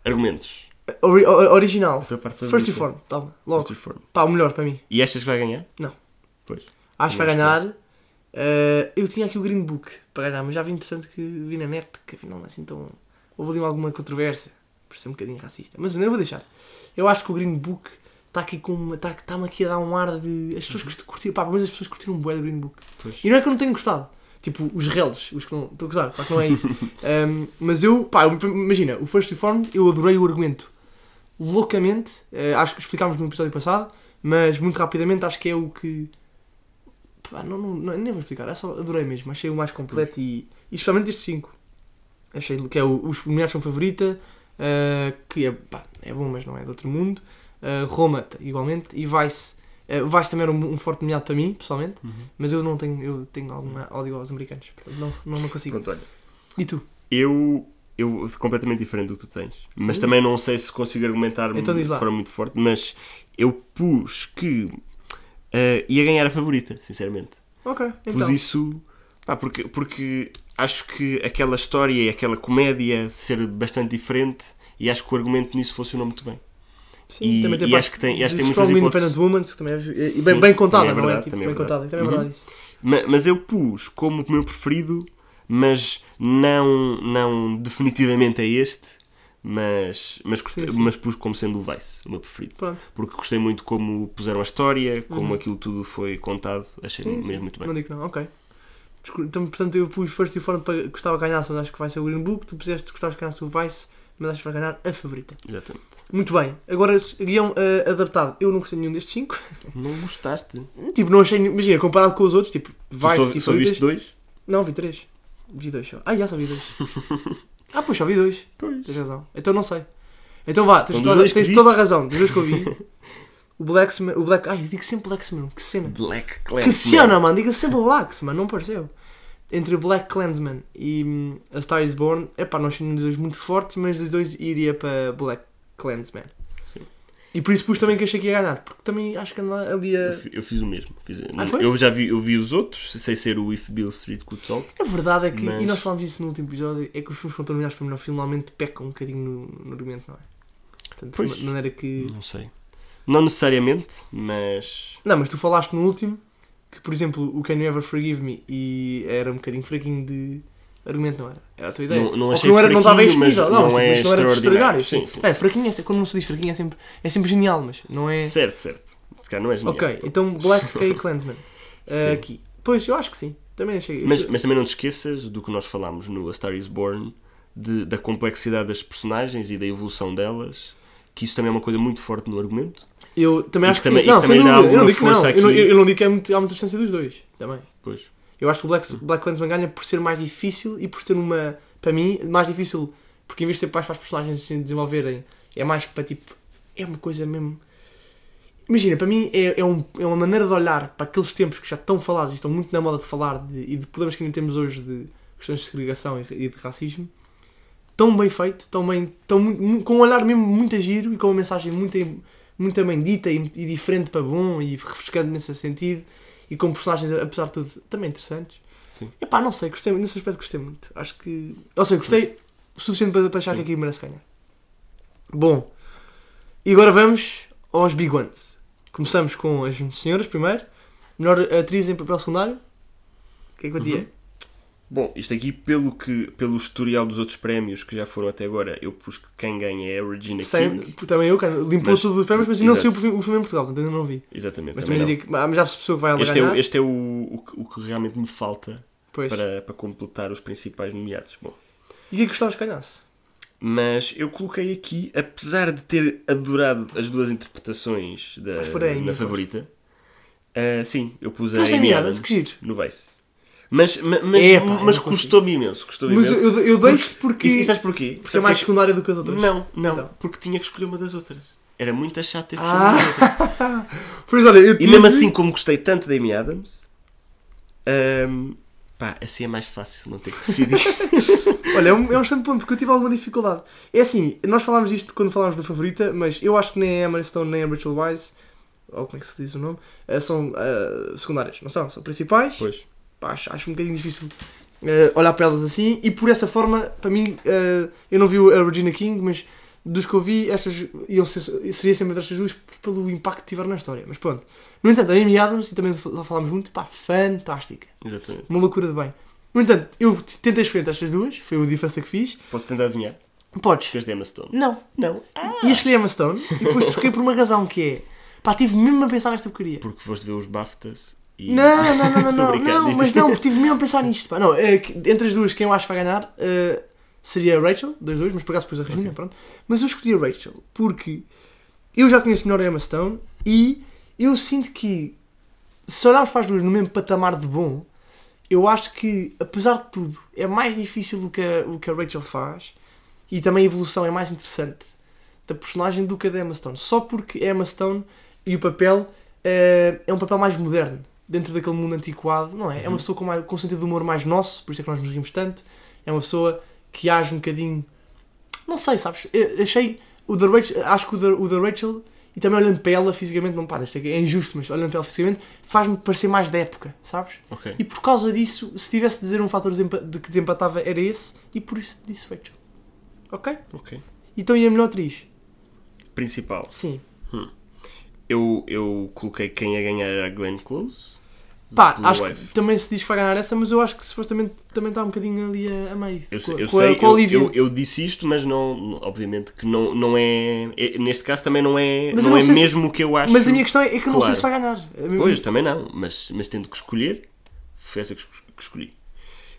Speaker 1: Argumentos.
Speaker 2: ori- o- original.
Speaker 1: Da parte
Speaker 2: First
Speaker 1: favorita.
Speaker 2: Reform, toma,
Speaker 1: First
Speaker 2: logo.
Speaker 1: Reform.
Speaker 2: Pá, o melhor para mim.
Speaker 1: E achas que vai ganhar?
Speaker 2: Não.
Speaker 1: Pois.
Speaker 2: Acho que vai
Speaker 1: Acho que
Speaker 2: ganhar. Ah, eu tinha aqui o Green Book para ganhar, mas já vi interessante que vi na net que afinal não é assim tão. Houve ali alguma controvérsia, por ser um bocadinho racista. Mas eu não vou deixar. Eu acho que o Green Book está aqui com uma. Está-me aqui a dar um ar de. As pessoas que curtiram. Pá, mas as pessoas curtiram um bué do Green Book.
Speaker 1: Pois.
Speaker 2: E não é que eu não tenho gostado. Tipo, os reles, os que não. Estou a gozar, pá, que não é isso. Um, mas eu, pá, eu- imagina, o First Reformed, eu adorei o argumento. Loucamente, eh, acho que explicámos no episódio passado, mas muito rapidamente acho que é o que. Pá, não, não- não- nem vou explicar, é só adorei mesmo. Achei o mais completo e, e especialmente estes 5. Achei que é o, os mulheres são favorita, eh, que é, pá, é bom, mas não é de outro mundo. Eh, Roma, t- igualmente, e Vice. eh, Vice também era um, um forte nomeado para mim, pessoalmente,
Speaker 1: Uhum.
Speaker 2: mas eu não tenho, eu tenho algum ódio aos americanos, portanto não, não, não consigo.
Speaker 1: Pronto, olha.
Speaker 2: E tu?
Speaker 1: Eu, eu completamente diferente do que tu tens, mas também não sei se consigo argumentar
Speaker 2: Hum? Então diz
Speaker 1: de
Speaker 2: lá.
Speaker 1: forma muito forte, mas eu pus que eh, ia ganhar a favorita, sinceramente.
Speaker 2: Ok,
Speaker 1: Pus isso pá, porque, porque acho que aquela história e aquela comédia ser bastante diferente e acho que o argumento nisso funcionou muito bem.
Speaker 2: Sim,
Speaker 1: E-
Speaker 2: também tem
Speaker 1: e
Speaker 2: parte
Speaker 1: acho que tem- acho que
Speaker 2: de
Speaker 1: tem muitas
Speaker 2: Strong
Speaker 1: hipóteses.
Speaker 2: Independent Woman, que também é, e
Speaker 1: Sim,
Speaker 2: bem, bem contada,
Speaker 1: também é
Speaker 2: não é?
Speaker 1: verdade,
Speaker 2: Tipo,
Speaker 1: também é
Speaker 2: bem
Speaker 1: verdade.
Speaker 2: contada, também é
Speaker 1: Uhum.
Speaker 2: verdade isso.
Speaker 1: Ma- Mas eu pus como o meu preferido, mas não, não definitivamente é este, mas, mas, gostei-
Speaker 2: Sim, sim.
Speaker 1: mas pus como sendo o Vice, o meu preferido.
Speaker 2: Pronto.
Speaker 1: Porque gostei muito como puseram a história, como
Speaker 2: Uhum.
Speaker 1: aquilo tudo foi contado, achei
Speaker 2: Sim,
Speaker 1: mesmo
Speaker 2: sim.
Speaker 1: muito bem.
Speaker 2: Não digo que não, ok. Descul- Então, portanto, eu pus First e Form para que gostava que ganhasse, mas acho que vai ser o Green Book. Tu puseste que gostavas que ganhasse o Vice, mas acho que vai ganhar a favorita.
Speaker 1: Exatamente.
Speaker 2: Muito bem, agora s- guião eh, adaptado. Eu não gostei de nenhum destes 5.
Speaker 1: Não gostaste?
Speaker 2: Tipo, não achei. nenhum- Imagina, comparado com os outros, tipo, Vice
Speaker 1: só,
Speaker 2: e
Speaker 1: só viste
Speaker 2: favoritas.
Speaker 1: dois?
Speaker 2: Não, vi 3. Vi 2 só. Ah, já só vi 2. ah, pois só vi 2.
Speaker 1: Pois.
Speaker 2: Tens razão. Então não sei. Então vá, tens,
Speaker 1: Então, dos
Speaker 2: toda,
Speaker 1: dois que
Speaker 2: tens
Speaker 1: viste-
Speaker 2: toda a razão. Dos dois que eu vi. o Blacksman. O Black. Ai, eu digo sempre Blacksman. Que cena.
Speaker 1: Black Clansman.
Speaker 2: que cena, mano. Diga sempre Blacksman. Não pareceu. Entre o Black Clansman e hum, A Star is Born. Epá, nós tínhamos os dois muito fortes, mas os dois iria para Black Clansman.
Speaker 1: Sim.
Speaker 2: E por isso pus também que achei que ia ganhar. Porque também acho que anda ali a.
Speaker 1: Eu, fi- eu fiz o mesmo. Fiz-
Speaker 2: Ah, foi?
Speaker 1: eu já vi, eu vi os outros, sem ser o If Bill Street Could Talk.
Speaker 2: A verdade é que,
Speaker 1: Mas-
Speaker 2: e nós falámos isso no último episódio, é que os filmes quando estão nomeados para melhor filme normalmente pecam um bocadinho no, no argumento, não é? Portanto,
Speaker 1: Pois.
Speaker 2: de maneira que.
Speaker 1: Não sei. Não necessariamente, mas.
Speaker 2: Não, mas tu falaste no último que, por exemplo, o Can You Ever Forgive Me e era um bocadinho fraquinho de argumento, não era? Era a tua ideia.
Speaker 1: Não, não
Speaker 2: Ou que
Speaker 1: achei
Speaker 2: não, era, não estava
Speaker 1: fraquinho, mas
Speaker 2: explícito, não, mas,
Speaker 1: é
Speaker 2: mas não era
Speaker 1: extraordinário.
Speaker 2: extraordinário. Sim,
Speaker 1: Sim, sim.
Speaker 2: É, fraquinho é, se- quando não se diz fraquinho é sempre, é sempre genial, mas não é.
Speaker 1: Certo, certo. Se calhar não é genial.
Speaker 2: ok, então Black K. Clansman.
Speaker 1: Sim.
Speaker 2: aqui. Pois, eu acho que sim. Também achei.
Speaker 1: Mas, mas também não te esqueças do que nós falámos no A Star Is Born, de- da complexidade das personagens e da evolução delas, que isso também é uma coisa muito forte no argumento.
Speaker 2: eu também
Speaker 1: e
Speaker 2: acho que
Speaker 1: também-
Speaker 2: sim.
Speaker 1: e
Speaker 2: Não, sem
Speaker 1: também dá
Speaker 2: dúvida. Eu não
Speaker 1: alguma
Speaker 2: digo que não.
Speaker 1: força
Speaker 2: Eu não,
Speaker 1: aqui.
Speaker 2: eu não digo que há muito- há muita distância dos dois. Também.
Speaker 1: Pois.
Speaker 2: Eu acho que o Black, Black Clansman ganha por ser mais difícil e por ter uma, para mim, mais difícil, porque em vez de ser mais para as personagens se desenvolverem, é mais para tipo. É uma coisa mesmo. Imagina, para mim é, é, um- é uma maneira de olhar para aqueles tempos que já estão falados e estão muito na moda de falar de- e de problemas que ainda temos hoje de questões de segregação e, e de racismo. Tão bem feito, tão bem, tão, mu- mu- com um olhar mesmo muito a giro e com uma mensagem muito, muito bem dita e, e diferente para bom e refrescante nesse sentido e com personagens, apesar de tudo, também interessantes.
Speaker 1: Sim.
Speaker 2: Epá, não sei, gostei, nesse aspecto gostei muito. Acho que. Ou seja, gostei o suficiente para, para achar
Speaker 1: Sim.
Speaker 2: que aqui merece ganhar. Bom, e agora vamos aos Big Ones. Começamos com as senhoras primeiro. Melhor atriz em papel secundário. O que é que batia?
Speaker 1: Uhum. Bom, isto aqui, pelo, que, pelo historial dos outros prémios que já foram até agora, eu pus que quem ganha é a Regina
Speaker 2: Sem-
Speaker 1: King.
Speaker 2: também eu, cara, limpou
Speaker 1: Mas-
Speaker 2: tudo dos prémios, mas ainda não saiu
Speaker 1: exato.
Speaker 2: o filme, o filme em Portugal, portanto ainda não vi.
Speaker 1: Exatamente.
Speaker 2: Mas
Speaker 1: também
Speaker 2: também
Speaker 1: não.
Speaker 2: diria que. ah, Mas já se pessoa que vai lá
Speaker 1: Este é,
Speaker 2: ganhar.
Speaker 1: o, este é o, o, que- o que realmente me falta
Speaker 2: Pois.
Speaker 1: para, para completar os principais nomeados. Bom,
Speaker 2: E o que é que gostavas que ganhasse?
Speaker 1: mas eu coloquei aqui, apesar de ter adorado as duas interpretações da
Speaker 2: Mas porém,
Speaker 1: na
Speaker 2: não
Speaker 1: favorita, ah, sim, eu pus a
Speaker 2: Pus a
Speaker 1: Amy
Speaker 2: Amy
Speaker 1: Adams
Speaker 2: Adams, que giro.
Speaker 1: no Vice. Mas, ma- mas,
Speaker 2: Epá, eu
Speaker 1: mas
Speaker 2: não consigo.
Speaker 1: custou-me imenso. Custou-me
Speaker 2: Mas
Speaker 1: imenso.
Speaker 2: eu, eu deixo porque.
Speaker 1: E, e sabes porquê?
Speaker 2: porque é mais secundária do que as outras.
Speaker 1: Não, não,
Speaker 2: Então.
Speaker 1: porque tinha que escolher uma das outras. Era muito chato ter que escolher uma das outras.
Speaker 2: Ah! pois olha, eu
Speaker 1: E mesmo assim, como gostei tanto da Amy Adams, ahm, pá, assim é mais fácil não ter que decidir.
Speaker 2: Olha, é um, é um excelente ponto, porque eu tive alguma dificuldade. É assim, nós falámos disto quando falámos da favorita, mas eu acho que nem a Emma Stone nem a Rachel Wise, ou como é que se diz o nome, eh, são eh, secundárias, não são? São principais.
Speaker 1: pois.
Speaker 2: Pá, acho, acho um bocadinho difícil eh, olhar para elas assim. E por essa forma, para mim, eh, eu não vi a Regina King, mas dos que eu vi, estas iam ser, seria sempre entre estas duas pelo impacto que tiveram na história. Mas pronto. No entanto, a Amy Adams, e também lá falámos muito, pá, fantástica.
Speaker 1: Exatamente.
Speaker 2: Uma loucura de bem. No entanto, eu t- tentei escolher entre estas duas, foi a diferença que fiz.
Speaker 1: Posso tentar adivinhar?
Speaker 2: Podes.
Speaker 1: Fez de Emma Stone.
Speaker 2: Não.
Speaker 1: Não.
Speaker 2: E escolhi a Emma Stone e depois troquei por uma razão que é. Pá, tive mesmo a pensar nesta porcaria.
Speaker 1: Porque foste ver os BAFTAs e.
Speaker 2: Não, não, não, não,
Speaker 1: Tô
Speaker 2: não,
Speaker 1: brincando,
Speaker 2: não,
Speaker 1: isto-
Speaker 2: mas não, tive mesmo a pensar nisto. Pá. Não, é que entre as duas, quem eu acho que vai ganhar eh, seria a Rachel, das duas, mas por acaso depois a Regina, pronto. Mas eu escolhi a Rachel porque eu já conheço melhor a Emma Stone e eu sinto que se olharmos para as duas no mesmo patamar de bom, eu acho que, apesar de tudo, é mais difícil o que a, o que a Rachel faz e também a evolução é mais interessante da personagem do que a da Emma Stone. Só porque a Emma Stone e o papel eh, é um papel mais moderno, dentro daquele mundo antiquado, não é? É uma pessoa com, mais, com um sentido de humor mais nosso, por isso é que nós nos rimos tanto. É uma pessoa que age um bocadinho. Não sei, sabes? Eu achei. O da Rachel, acho que o da, o da Rachel, e também olhando para ela fisicamente, não para, isto é que é injusto, mas olhando para ela fisicamente, faz-me parecer mais da época, sabes?
Speaker 1: Ok.
Speaker 2: E por causa disso, se tivesse de dizer um fator desempa- de que desempatava, era esse, e por isso disse Rachel. Ok?
Speaker 1: Ok.
Speaker 2: Então e a melhor atriz?
Speaker 1: Principal.
Speaker 2: Sim.
Speaker 1: Eu, eu coloquei quem ia ganhar era a Glenn Close.
Speaker 2: Pá,
Speaker 1: Blue
Speaker 2: acho
Speaker 1: Wife.
Speaker 2: que também se diz que vai ganhar essa, mas eu acho que supostamente também está um bocadinho ali a, a meio.
Speaker 1: Eu,
Speaker 2: com,
Speaker 1: sei- eu
Speaker 2: com
Speaker 1: sei,
Speaker 2: a, com a
Speaker 1: eu,
Speaker 2: Olivia.
Speaker 1: eu, eu disse isto, mas não, obviamente que não, não é, é- Neste caso também não é,
Speaker 2: Mas eu
Speaker 1: não
Speaker 2: não
Speaker 1: é
Speaker 2: sei se-
Speaker 1: mesmo o que eu acho.
Speaker 2: mas a minha questão é que eu não
Speaker 1: claro.
Speaker 2: sei se vai ganhar.
Speaker 1: Pois, também não, mas, mas tendo que escolher, foi essa que es- que escolhi.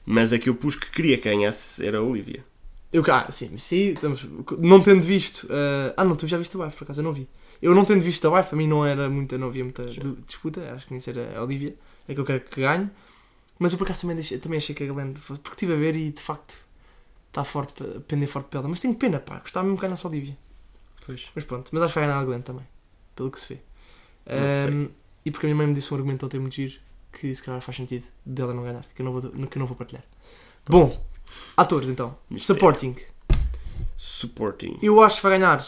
Speaker 1: Mas a que eu pus que queria que ganhasse era a Olivia.
Speaker 2: Eu, ah, sim, sim, estamos, não tendo visto. ah, ah, não, tu já viste a Wife, por acaso, eu não vi. Eu não tendo visto a Wife, para mim não era muita, não havia muita du- disputa, acho que nem era a Olivia, é que eu quero que ganhe. Mas eu por acaso também, deixei, também achei que a Glenn, fosse- porque estive a ver e de facto está forte, pa- pender forte pela. Mas tenho pena, pá, gostava mesmo que ganhasse a Olivia.
Speaker 1: Pois.
Speaker 2: Mas pronto, mas acho que vai ganhar a Glenn também, pelo que se vê.
Speaker 1: Não sei.
Speaker 2: Ahm, e porque a minha mãe me disse um argumento ontem muito giro que se calhar faz sentido dela não ganhar, que eu não vou, que eu não vou partilhar. Bom, atores então.
Speaker 1: Mistério.
Speaker 2: Supporting.
Speaker 1: Supporting.
Speaker 2: Eu acho que vai ganhar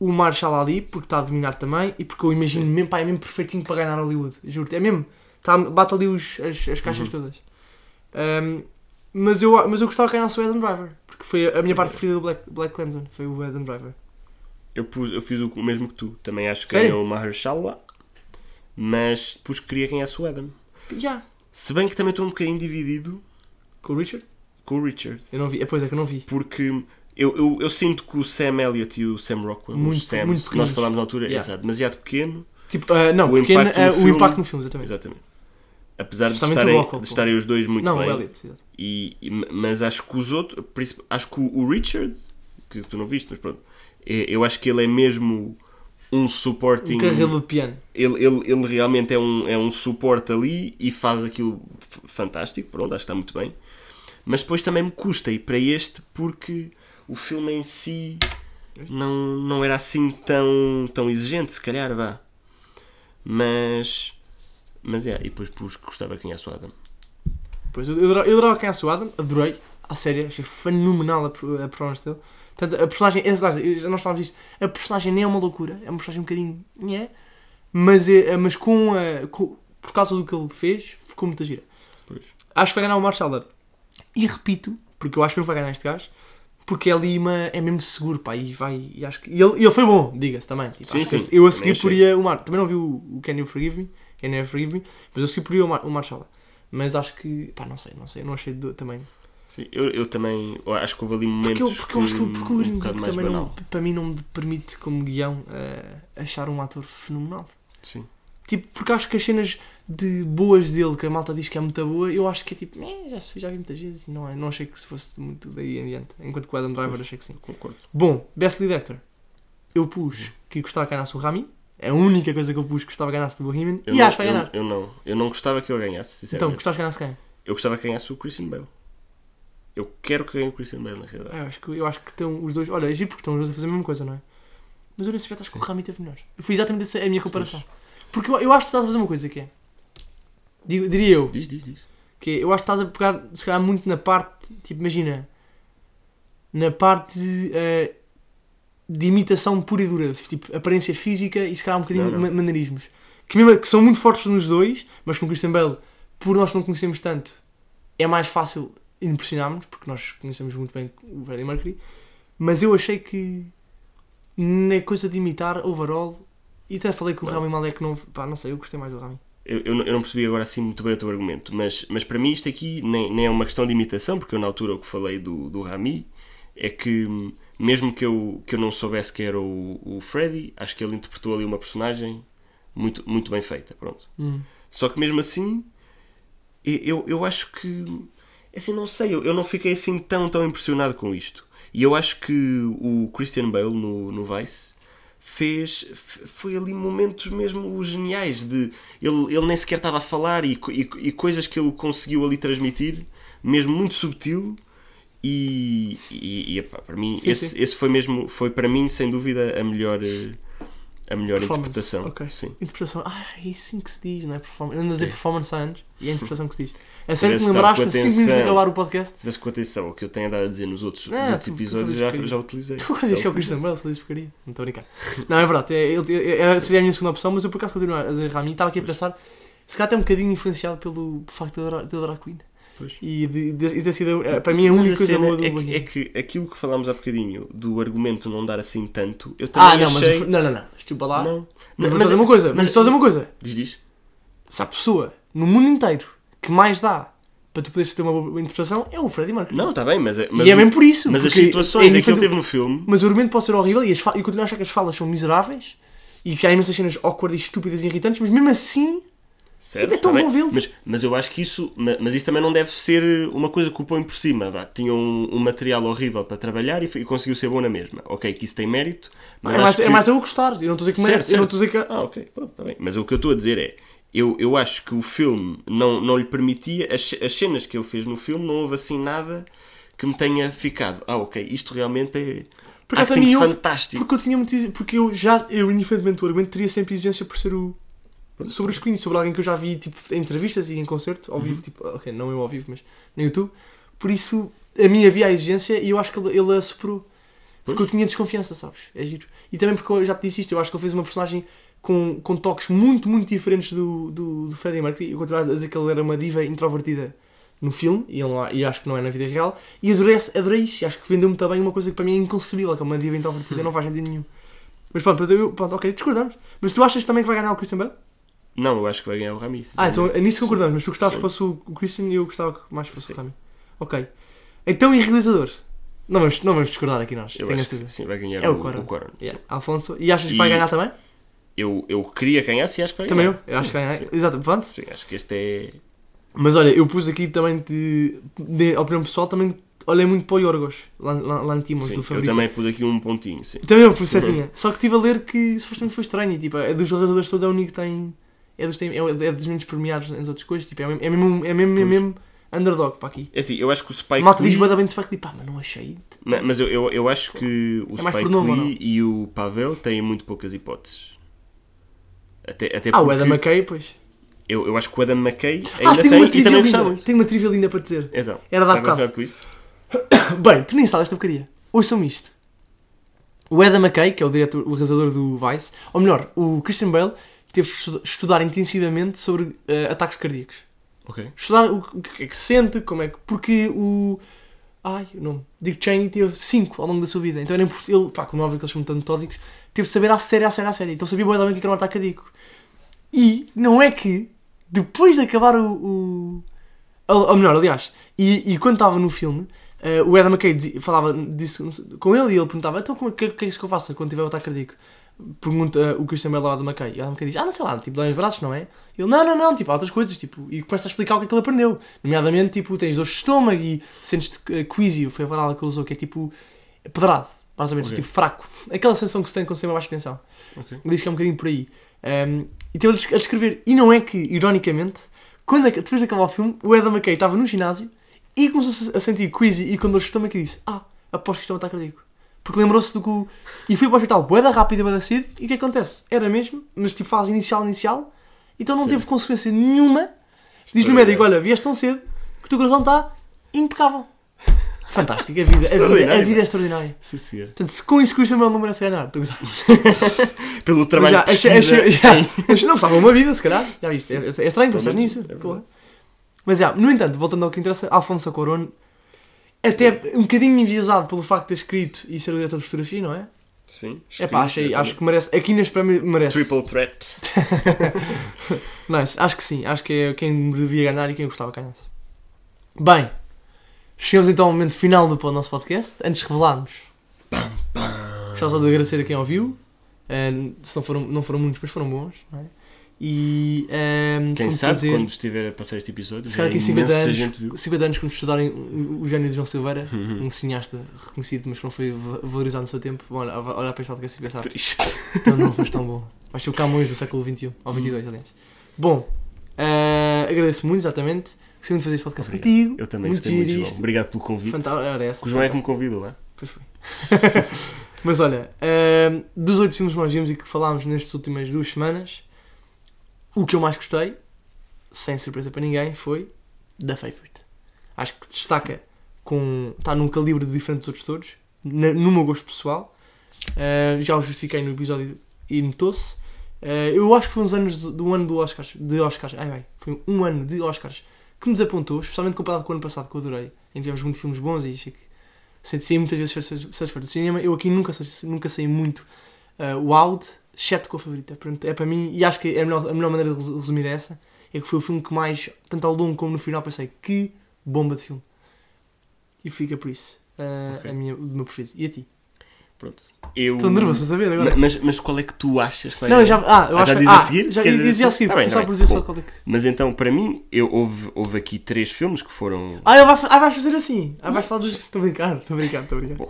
Speaker 2: o Marshall Ali, porque está a dominar também, e porque eu imagino mesmo, pá, é mesmo perfeitinho para ganhar Hollywood, juro-te, é mesmo. Tá, bate ali os, as, as caixas
Speaker 1: Uhum.
Speaker 2: todas. Ahm, mas, eu, mas eu gostava que ganhasse o Adam Driver, porque foi a minha parte preferida do Black, Black Clemson, foi o Adam Driver.
Speaker 1: Eu, pus, eu fiz o o mesmo que tu. Também acho que
Speaker 2: Sério?
Speaker 1: ganhou o Mahershala, mas pus que queria ganhasse o Adam.
Speaker 2: Já,
Speaker 1: Se bem que também estou um bocadinho dividido
Speaker 2: com o Richard?
Speaker 1: com o Richard.
Speaker 2: Eu não vi, é, pois é que eu não vi.
Speaker 1: Porque eu, eu, eu sinto que o Sam Elliott e o Sam Rockwell,
Speaker 2: Muito-
Speaker 1: os Sams,
Speaker 2: muito
Speaker 1: que nós
Speaker 2: pequenos.
Speaker 1: falámos na altura,
Speaker 2: Yeah.
Speaker 1: exato, demasiado pequeno.
Speaker 2: Tipo, ah, não,
Speaker 1: O
Speaker 2: porque
Speaker 1: impacto
Speaker 2: ah,
Speaker 1: no
Speaker 2: o
Speaker 1: filme-
Speaker 2: impacto no filme, exatamente.
Speaker 1: Exatamente. Apesar de
Speaker 2: Especialmente o
Speaker 1: estarem,
Speaker 2: Rockwell,
Speaker 1: de
Speaker 2: pô.
Speaker 1: estarem os dois é muito
Speaker 2: não,
Speaker 1: bem.
Speaker 2: o Elliot, exato.
Speaker 1: E, e- mas acho que os outros, princip- acho que o o Richard, que tu não viste, mas pronto, é- eu acho que ele é mesmo um
Speaker 2: Um
Speaker 1: supporting.
Speaker 2: carrelo de piano.
Speaker 1: ele, ele, ele realmente é um, é um suporte ali e faz aquilo f- fantástico, pronto, acho que está muito bem. Mas depois também me custa ir para este porque o filme em si não, não era assim tão, tão exigente, se calhar, vá. Mas. Mas é, e depois pus que gostava quem é o Adam.
Speaker 2: Pois, eu, eu adorava- eu adorava quem é o Adam, adorei, à série, achei fenomenal a, per- a performance dele. Portanto, a personagem, é, aliás, eu- já nós falámos disto, a personagem nem é uma loucura, é uma personagem um bocadinho. nhé, mas, é, mas com, a, com- por causa do que ele fez, ficou muito gira.
Speaker 1: Pois.
Speaker 2: Acho que vai ganhar o Marshall Ali. E repito, porque eu acho mesmo que vai ganhar este gajo, porque é ali uma, é mesmo seguro, pá, e vai, e acho que, e ele, e ele foi bom, diga-se também, tipo,
Speaker 1: Sim,
Speaker 2: acho que
Speaker 1: sim,
Speaker 2: eu a
Speaker 1: também
Speaker 2: seguir
Speaker 1: achei.
Speaker 2: poria o Mar, também não vi o, o Can You Forgive Me, Can You Forgive Me, mas eu a seguir poria o, Mar, o Marshall, mas acho que, pá, não sei, não sei, não achei do- também,
Speaker 1: Sim, eu, eu também eu acho que houve ali momentos
Speaker 2: porque eu, porque eu acho que,
Speaker 1: que,
Speaker 2: o- porque o
Speaker 1: um
Speaker 2: Green
Speaker 1: bocado
Speaker 2: Book
Speaker 1: mais
Speaker 2: também não,
Speaker 1: banal.
Speaker 2: para mim não me permite, como guião, eh, achar um ator fenomenal.
Speaker 1: Sim.
Speaker 2: Tipo, porque acho que as cenas de boas dele, que a malta diz que é muito boa, eu acho que é tipo, "Meh, já, se- já vi muitas vezes e não, é, não achei que se fosse muito daí em diante. Enquanto que o Adam Driver
Speaker 1: Pois.
Speaker 2: achei que sim.
Speaker 1: Concordo.
Speaker 2: Bom, Best Lead Actor. Eu
Speaker 1: Hum.
Speaker 2: pus que gostava que ganhasse o Rami. É a única coisa que eu pus que gostava que ganhasse do Bohemian.
Speaker 1: Eu
Speaker 2: e
Speaker 1: não, é
Speaker 2: acho que vai
Speaker 1: eu-
Speaker 2: ganhar.
Speaker 1: Eu, não. Eu não gostava que ele ganhasse,
Speaker 2: então,
Speaker 1: sinceramente.
Speaker 2: gostavas que ganhasse quem?
Speaker 1: Eu gostava que ganhasse o Christian Bale. Eu quero que ganhe o Christian Bale, na realidade.
Speaker 2: Ah, eu, acho que, eu acho que estão os dois. Olha, é giro porque estão os dois a fazer a mesma coisa, não é? Mas eu nesse aspecto acho que o Rami teve melhor. Foi exatamente essa a minha comparação. Porque eu, eu acho que estás a fazer uma coisa que é. Digo- diria eu.
Speaker 1: Diz, diz, diz.
Speaker 2: Que é, eu acho que estás a pegar, se calhar, muito na parte, tipo, imagina, na parte eh, de imitação pura e dura, tipo, aparência física e se calhar um bocadinho
Speaker 1: Não, não.
Speaker 2: ma- maneirismos. Que, mesmo, que são muito fortes nos dois, mas com o Christian Bale, por nós não conhecemos tanto, é mais fácil impressionarmos, porque nós conhecemos muito bem o Freddie Mercury. Mas eu achei que, na coisa de imitar, overall, e até falei que o
Speaker 1: Não.
Speaker 2: Rami Malek não. Pá, não sei, eu gostei mais do Rami.
Speaker 1: Eu, eu não- eu não percebi agora assim muito bem o teu argumento, mas, mas para mim isto aqui nem, nem é uma questão de imitação, porque eu na altura o que falei do, do Rami é que hum, mesmo que eu, que eu não soubesse que era o, o Freddy, acho que ele interpretou ali uma personagem muito, muito bem feita, pronto. Só que mesmo assim, e- eu, eu acho que. Assim, não sei, eu, eu não fiquei assim tão, tão impressionado com isto. E eu acho que o Christian Bale no, no Vice fez. f- Foi ali momentos mesmo geniais de. Ele, ele nem sequer estava a falar e, co- e, co- e coisas que ele conseguiu ali transmitir, mesmo muito subtil. E, e, e, epá, para mim,
Speaker 2: Sim,
Speaker 1: esse,
Speaker 2: sim.
Speaker 1: esse foi mesmo. Foi para mim, sem dúvida, a melhor. eh, A melhor
Speaker 2: Performance,
Speaker 1: interpretação.
Speaker 2: ok.
Speaker 1: Sim.
Speaker 2: Interpretação. Ah, é isso sim que se diz, não é? Performance. Eu ando a dizer
Speaker 1: É.
Speaker 2: performance há anos e é a interpretação que se diz. A sério que
Speaker 1: Parece
Speaker 2: me
Speaker 1: estar
Speaker 2: lembraste
Speaker 1: com
Speaker 2: a 5 minutos de
Speaker 1: atenção.
Speaker 2: acabar o podcast?
Speaker 1: Se tivesse com atenção ao que eu tenho andado a dizer nos outros, nos
Speaker 2: Ah,
Speaker 1: outros
Speaker 2: tu- tu
Speaker 1: episódios,
Speaker 2: só
Speaker 1: já,
Speaker 2: dizes
Speaker 1: já utilizei.
Speaker 2: Tu agora
Speaker 1: Já
Speaker 2: dizes que é o
Speaker 1: utilizei.
Speaker 2: Christian Bale, se dizes porcaria. Não estou a brincar. Não, é verdade. É, ele- ele- era- seria a minha segunda opção, mas eu por acaso continuo a dizer Rami. Estava aqui a pensar, se calhar até um bocadinho influenciado pelo facto de eu adorar- de eu adorar Queen.
Speaker 1: Pois.
Speaker 2: E de, de- e ter sido, eh, para mim, a única
Speaker 1: Mas a
Speaker 2: coisa
Speaker 1: cena
Speaker 2: boa do
Speaker 1: é que, é
Speaker 2: Bohemian.
Speaker 1: que aquilo que falámos há bocadinho do argumento não dar assim tanto, eu também
Speaker 2: Ah, não, mas.
Speaker 1: achei...
Speaker 2: o- Não, não, não. Estupa lá.
Speaker 1: Não,
Speaker 2: Mas vou dizer uma coisa. Mas
Speaker 1: mas- é
Speaker 2: só dizer uma coisa.
Speaker 1: Diz, diz.
Speaker 2: se há pessoa no mundo inteiro que mais dá para tu poderes ter uma boa interpretação é o Freddie Mercury.
Speaker 1: Não, está bem, mas, mas,
Speaker 2: e é
Speaker 1: o-
Speaker 2: mesmo por isso.
Speaker 1: mas as
Speaker 2: porque
Speaker 1: situações
Speaker 2: é
Speaker 1: em que ele
Speaker 2: infantil-
Speaker 1: teve no filme...
Speaker 2: Mas o argumento pode ser horrível e, as fa- e eu continuo a achar que as falas são miseráveis e que há imensas cenas awkward e estúpidas e irritantes, mas mesmo assim
Speaker 1: Certo,
Speaker 2: Tipo, é tão
Speaker 1: tá bem,
Speaker 2: bom vê-lo.
Speaker 1: Mas, mas eu acho que isso... ma- Mas isso também não deve ser uma coisa que o põe por cima, vá. Tinha um, um material horrível para trabalhar e, foi- e conseguiu ser bom na mesma. Ok, que isso tem mérito, mas
Speaker 2: é
Speaker 1: acho
Speaker 2: mais,
Speaker 1: que...
Speaker 2: é mais eu gostar. Eu não estou a dizer que
Speaker 1: Certo,
Speaker 2: merece, eu não
Speaker 1: certo.
Speaker 2: estou a dizer que. é-
Speaker 1: Ah, ok, pronto,
Speaker 2: tá
Speaker 1: está bem. Mas o que eu estou a dizer é, eu, eu acho que o filme não, não lhe permitia, as, as cenas que ele fez no filme, não houve assim nada que me tenha ficado. Ah, ok, isto realmente é
Speaker 2: Por acaso, a
Speaker 1: acting
Speaker 2: mim houve-
Speaker 1: fantástico.
Speaker 2: Porque eu tinha muito. exi- Porque eu já. Eu, independentemente do argumento, teria sempre exigência por ser o. Sobre os Queen, sobre alguém que eu já vi tipo, em entrevistas e em concerto, ao vivo, tipo, ok, não eu ao vivo, mas no YouTube. Por isso, a mim havia a exigência e eu acho que ele, ele a superou. Porque eu tinha desconfiança, sabes? É giro. E também porque eu já te disse isto, eu acho que ele fez uma personagem com, com toques muito, muito diferentes do, do, do Freddie Mercury. Eu continuava a dizer que ele era uma diva introvertida no filme e, ele não é- e acho que não é na vida real. E adorei, esse- adorei isso. E acho que vendeu-me também uma coisa que para mim é inconcebível, que é uma diva introvertida, não faz sentido nenhum. Mas pronto, portanto, eu, pronto, ok, discordamos. Mas tu achas também que vai ganhar o Christian Bale?
Speaker 1: Não, eu acho que vai ganhar o Rami.
Speaker 2: Ah, então
Speaker 1: sinceramente.
Speaker 2: é nisso que concordamos, mas tu gostavas
Speaker 1: Sim.
Speaker 2: que fosse o Christian e eu gostava que mais fosse
Speaker 1: Sim.
Speaker 2: o Rami. Ok. Então, e realizador? Não vamos, não vamos discordar aqui nós,
Speaker 1: Eu
Speaker 2: tenho a
Speaker 1: acho que
Speaker 2: certeza.
Speaker 1: sim, vai ganhar
Speaker 2: É o
Speaker 1: o,
Speaker 2: Cuarón.
Speaker 1: o Cuarón, sim.
Speaker 2: Yeah. Alfonso, e achas que vai
Speaker 1: E-
Speaker 2: ganhar também?
Speaker 1: Eu, eu queria ganhar, sim, acho que vai
Speaker 2: Também eu,
Speaker 1: ganhar.
Speaker 2: eu acho
Speaker 1: Sim,
Speaker 2: que ganhar.
Speaker 1: sim.
Speaker 2: Exato, pronto.
Speaker 1: Sim, acho que este é...
Speaker 2: Mas olha, eu pus aqui também de, de opinião pessoal, também olhei muito para o Yorgos Lan- Lan- Lantimos
Speaker 1: sim,
Speaker 2: do
Speaker 1: eu
Speaker 2: favorito.
Speaker 1: também pus aqui um pontinho, sim.
Speaker 2: Também Então eu pus
Speaker 1: Uhum.
Speaker 2: setinha. Só que estive a ler que supostamente foi estranho. e, Tipo, é dos realizadores todos, é o único que tem. É dos, tem- é, é dos menos premiados nas outras coisas. Tipo, é mesmo, é mesmo, é mesmo, é
Speaker 1: Pois.
Speaker 2: mesmo underdog para aqui.
Speaker 1: É assim, eu acho que o
Speaker 2: A
Speaker 1: Spike
Speaker 2: malta
Speaker 1: Lee-
Speaker 2: diz bada bem de Spike, tipo, pá, mas não achei.
Speaker 1: Não, é mas eu, eu, eu acho que o
Speaker 2: É mais
Speaker 1: Spike
Speaker 2: por nome, ou
Speaker 1: Lee e o Pavel têm muito poucas hipóteses. Até, até
Speaker 2: Ah, o
Speaker 1: porque
Speaker 2: Adam McKay, pois.
Speaker 1: eu, eu acho que o Adam McKay
Speaker 2: Ah,
Speaker 1: ainda tem
Speaker 2: tenho uma
Speaker 1: e também
Speaker 2: trivia
Speaker 1: gostava
Speaker 2: linda.
Speaker 1: muito.
Speaker 2: Tenho uma trivia linda para dizer.
Speaker 1: Então, está
Speaker 2: Era dar cabo.
Speaker 1: avançado com isto?
Speaker 2: Bem, tu nem sabes esta porcaria. Ouçam isto. O Adam McKay, que é o diretor, o realizador do Vice, ou melhor, o Christian Bale, teve que estu- estudar intensivamente sobre eh, ataques cardíacos.
Speaker 1: Ok.
Speaker 2: Estudar o que o que é que se sente, como é que. Porque o. Ai, o nome. Dick Cheney teve 5 ao longo da sua vida. Então era importante. Ele, pá, como é óbvio que eles são muito metódicos, teve de saber à série, à série, à série. Então sabia bem bem o que era um ataque cardíaco. E não é que, depois de acabar o. o... Ou ou melhor, aliás, e, e quando estava no filme, eh, o Adam McKay dizia- falava disso com ele e ele perguntava: então como é que, que é que eu faço quando tiver um ataque cardíaco? Pergunta o Christian Bale ao Adam McKay. E o Adam McKay diz: ah, não sei lá, tipo, dói os braços, não é? Ele, não, não, não, tipo, há outras coisas, tipo, e começa a explicar o que é que ele aprendeu. Nomeadamente, tipo, tens dor de estômago e sentes-te eh, queasy, foi a palavra que ele usou, que é tipo, pedrado, mais ou menos,
Speaker 1: Ok.
Speaker 2: tipo, fraco. Aquela sensação que se tem quando se tem uma baixa tensão.
Speaker 1: Ok.
Speaker 2: Ele diz que é um bocadinho por aí. Um, e teve a desc- a descrever, e não é que, ironicamente, quando, ac- depois de acabar o filme, o Adam McKay estava no ginásio e começou a sentir queasy e quando dor de estômago e disse, ah, aposto que isto é um ataque cardíaco. Porque lembrou-se do que o... E foi para o hospital, boeda rápida, boeda cedo, e o que acontece? Era mesmo, mas tipo fase inicial, inicial, então não
Speaker 1: Sim. é.
Speaker 2: teve consequência nenhuma. Diz o
Speaker 1: Extraordinário.
Speaker 2: médico, olha, vieste tão cedo que o teu coração está impecável. Fantástico, a vida, a vida, a
Speaker 1: Extraordinário.
Speaker 2: vida é extraordinária.
Speaker 1: Sim, senhor.
Speaker 2: Portanto, se com isso custa o meu número a se ganhar, estou a gozar.
Speaker 1: Pelo trabalho
Speaker 2: Mas
Speaker 1: de
Speaker 2: já, achei-
Speaker 1: pesquisa.
Speaker 2: achei- já. Mas não passava uma vida, se calhar. Já viste? É, é estranho pensar
Speaker 1: Pelo menos,
Speaker 2: nisso.
Speaker 1: é verdade.
Speaker 2: claro. Mas já, no entanto, voltando ao que interessa, Alfonso Cuarón, até um bocadinho enviesado pelo facto de ter escrito e ser o diretor de fotografia, não é?
Speaker 1: Sim.
Speaker 2: É pá, achei, acho que merece. Aqui neste prémio merece.
Speaker 1: Triple threat.
Speaker 2: Nice, acho que sim. Acho que é quem devia ganhar e quem eu gostava que ganhasse. Bem, chegamos então ao momento final do nosso podcast. Antes de revelarmos, gostava só de agradecer a quem ouviu. Ahn, se não foram, não foram muitos, mas foram bons. Não é? E ahm, foi
Speaker 1: Quem
Speaker 2: um
Speaker 1: sabe
Speaker 2: prazer.
Speaker 1: quando estiver a passar este episódio,
Speaker 2: Se calhar
Speaker 1: já é
Speaker 2: aqui em 50
Speaker 1: imensa
Speaker 2: anos,
Speaker 1: gente viu.
Speaker 2: 50 anos quando estudarem o o gênio de João Silveira, um cineasta reconhecido, mas que não foi va- valorizado no seu tempo. Bom, olha, olha para este é podcast e pensar,
Speaker 1: Triste.
Speaker 2: não, não, mas tão bom. Vai ser o Camões do século XXI, ou XXII,
Speaker 1: Hum.
Speaker 2: aliás. Bom, eh, agradeço muito, exatamente. Gostei muito de fazer este podcast
Speaker 1: Obrigado.
Speaker 2: contigo.
Speaker 1: Eu também
Speaker 2: muito
Speaker 1: gostei muito,
Speaker 2: giro
Speaker 1: João.
Speaker 2: isto.
Speaker 1: Obrigado pelo convite.
Speaker 2: Um Fantástico, era essa.
Speaker 1: Que o João é que me
Speaker 2: fantástico.
Speaker 1: convidou, é?
Speaker 2: Pois foi. Mas olha, eh, dos oito filmes que nós vimos e que falámos nestas últimas duas semanas, o que eu mais gostei, sem surpresa para ninguém, foi The Favorite. Acho que destaca com. está num calibre diferente dos outros todos, na- no meu gosto pessoal. Eh, já o justifiquei no episódio e notou-se. Eh, eu acho que foi uns anos do, do ano do Oscars, de Oscars, ai ai, foi um ano de Oscars que me desapontou, especialmente comparado com o ano passado que eu adorei, em que tivemos muitos filmes bons e achei que senti saí muitas vezes satis- satisfeito do cinema. Eu aqui nunca, satis- nunca saí muito eh, wild, exceto com a favorita. Portanto, é para mim, e acho que é a melhor, a melhor maneira de resu- resumir é essa, é que foi o filme que mais, tanto ao longo como no final, pensei que bomba de filme. E fica por isso. eh,
Speaker 1: Ok.
Speaker 2: a minha, o meu preferido. E a ti?
Speaker 1: Pronto. Eu...
Speaker 2: Estou nervoso a saber agora.
Speaker 1: Ma- Mas, mas qual é que tu achas que vai
Speaker 2: Não,
Speaker 1: ganhar?
Speaker 2: já. Ah, eu
Speaker 1: Ah,
Speaker 2: acho
Speaker 1: já diz
Speaker 2: ah,
Speaker 1: a seguir?
Speaker 2: Já
Speaker 1: Quer
Speaker 2: diz,
Speaker 1: dizer
Speaker 2: diz a
Speaker 1: assim?
Speaker 2: seguir.
Speaker 1: Tá
Speaker 2: Vou
Speaker 1: bem,
Speaker 2: começar
Speaker 1: tá
Speaker 2: por
Speaker 1: bem.
Speaker 2: dizer só
Speaker 1: Bom.
Speaker 2: qual é que.
Speaker 1: Mas então, para mim, eu, houve, houve aqui três filmes que foram.
Speaker 2: Ah, ele vai, fa- ah, vais fazer assim. Ah, vais falar dos. Estou a brincar, estou a brincar, estou a brincar.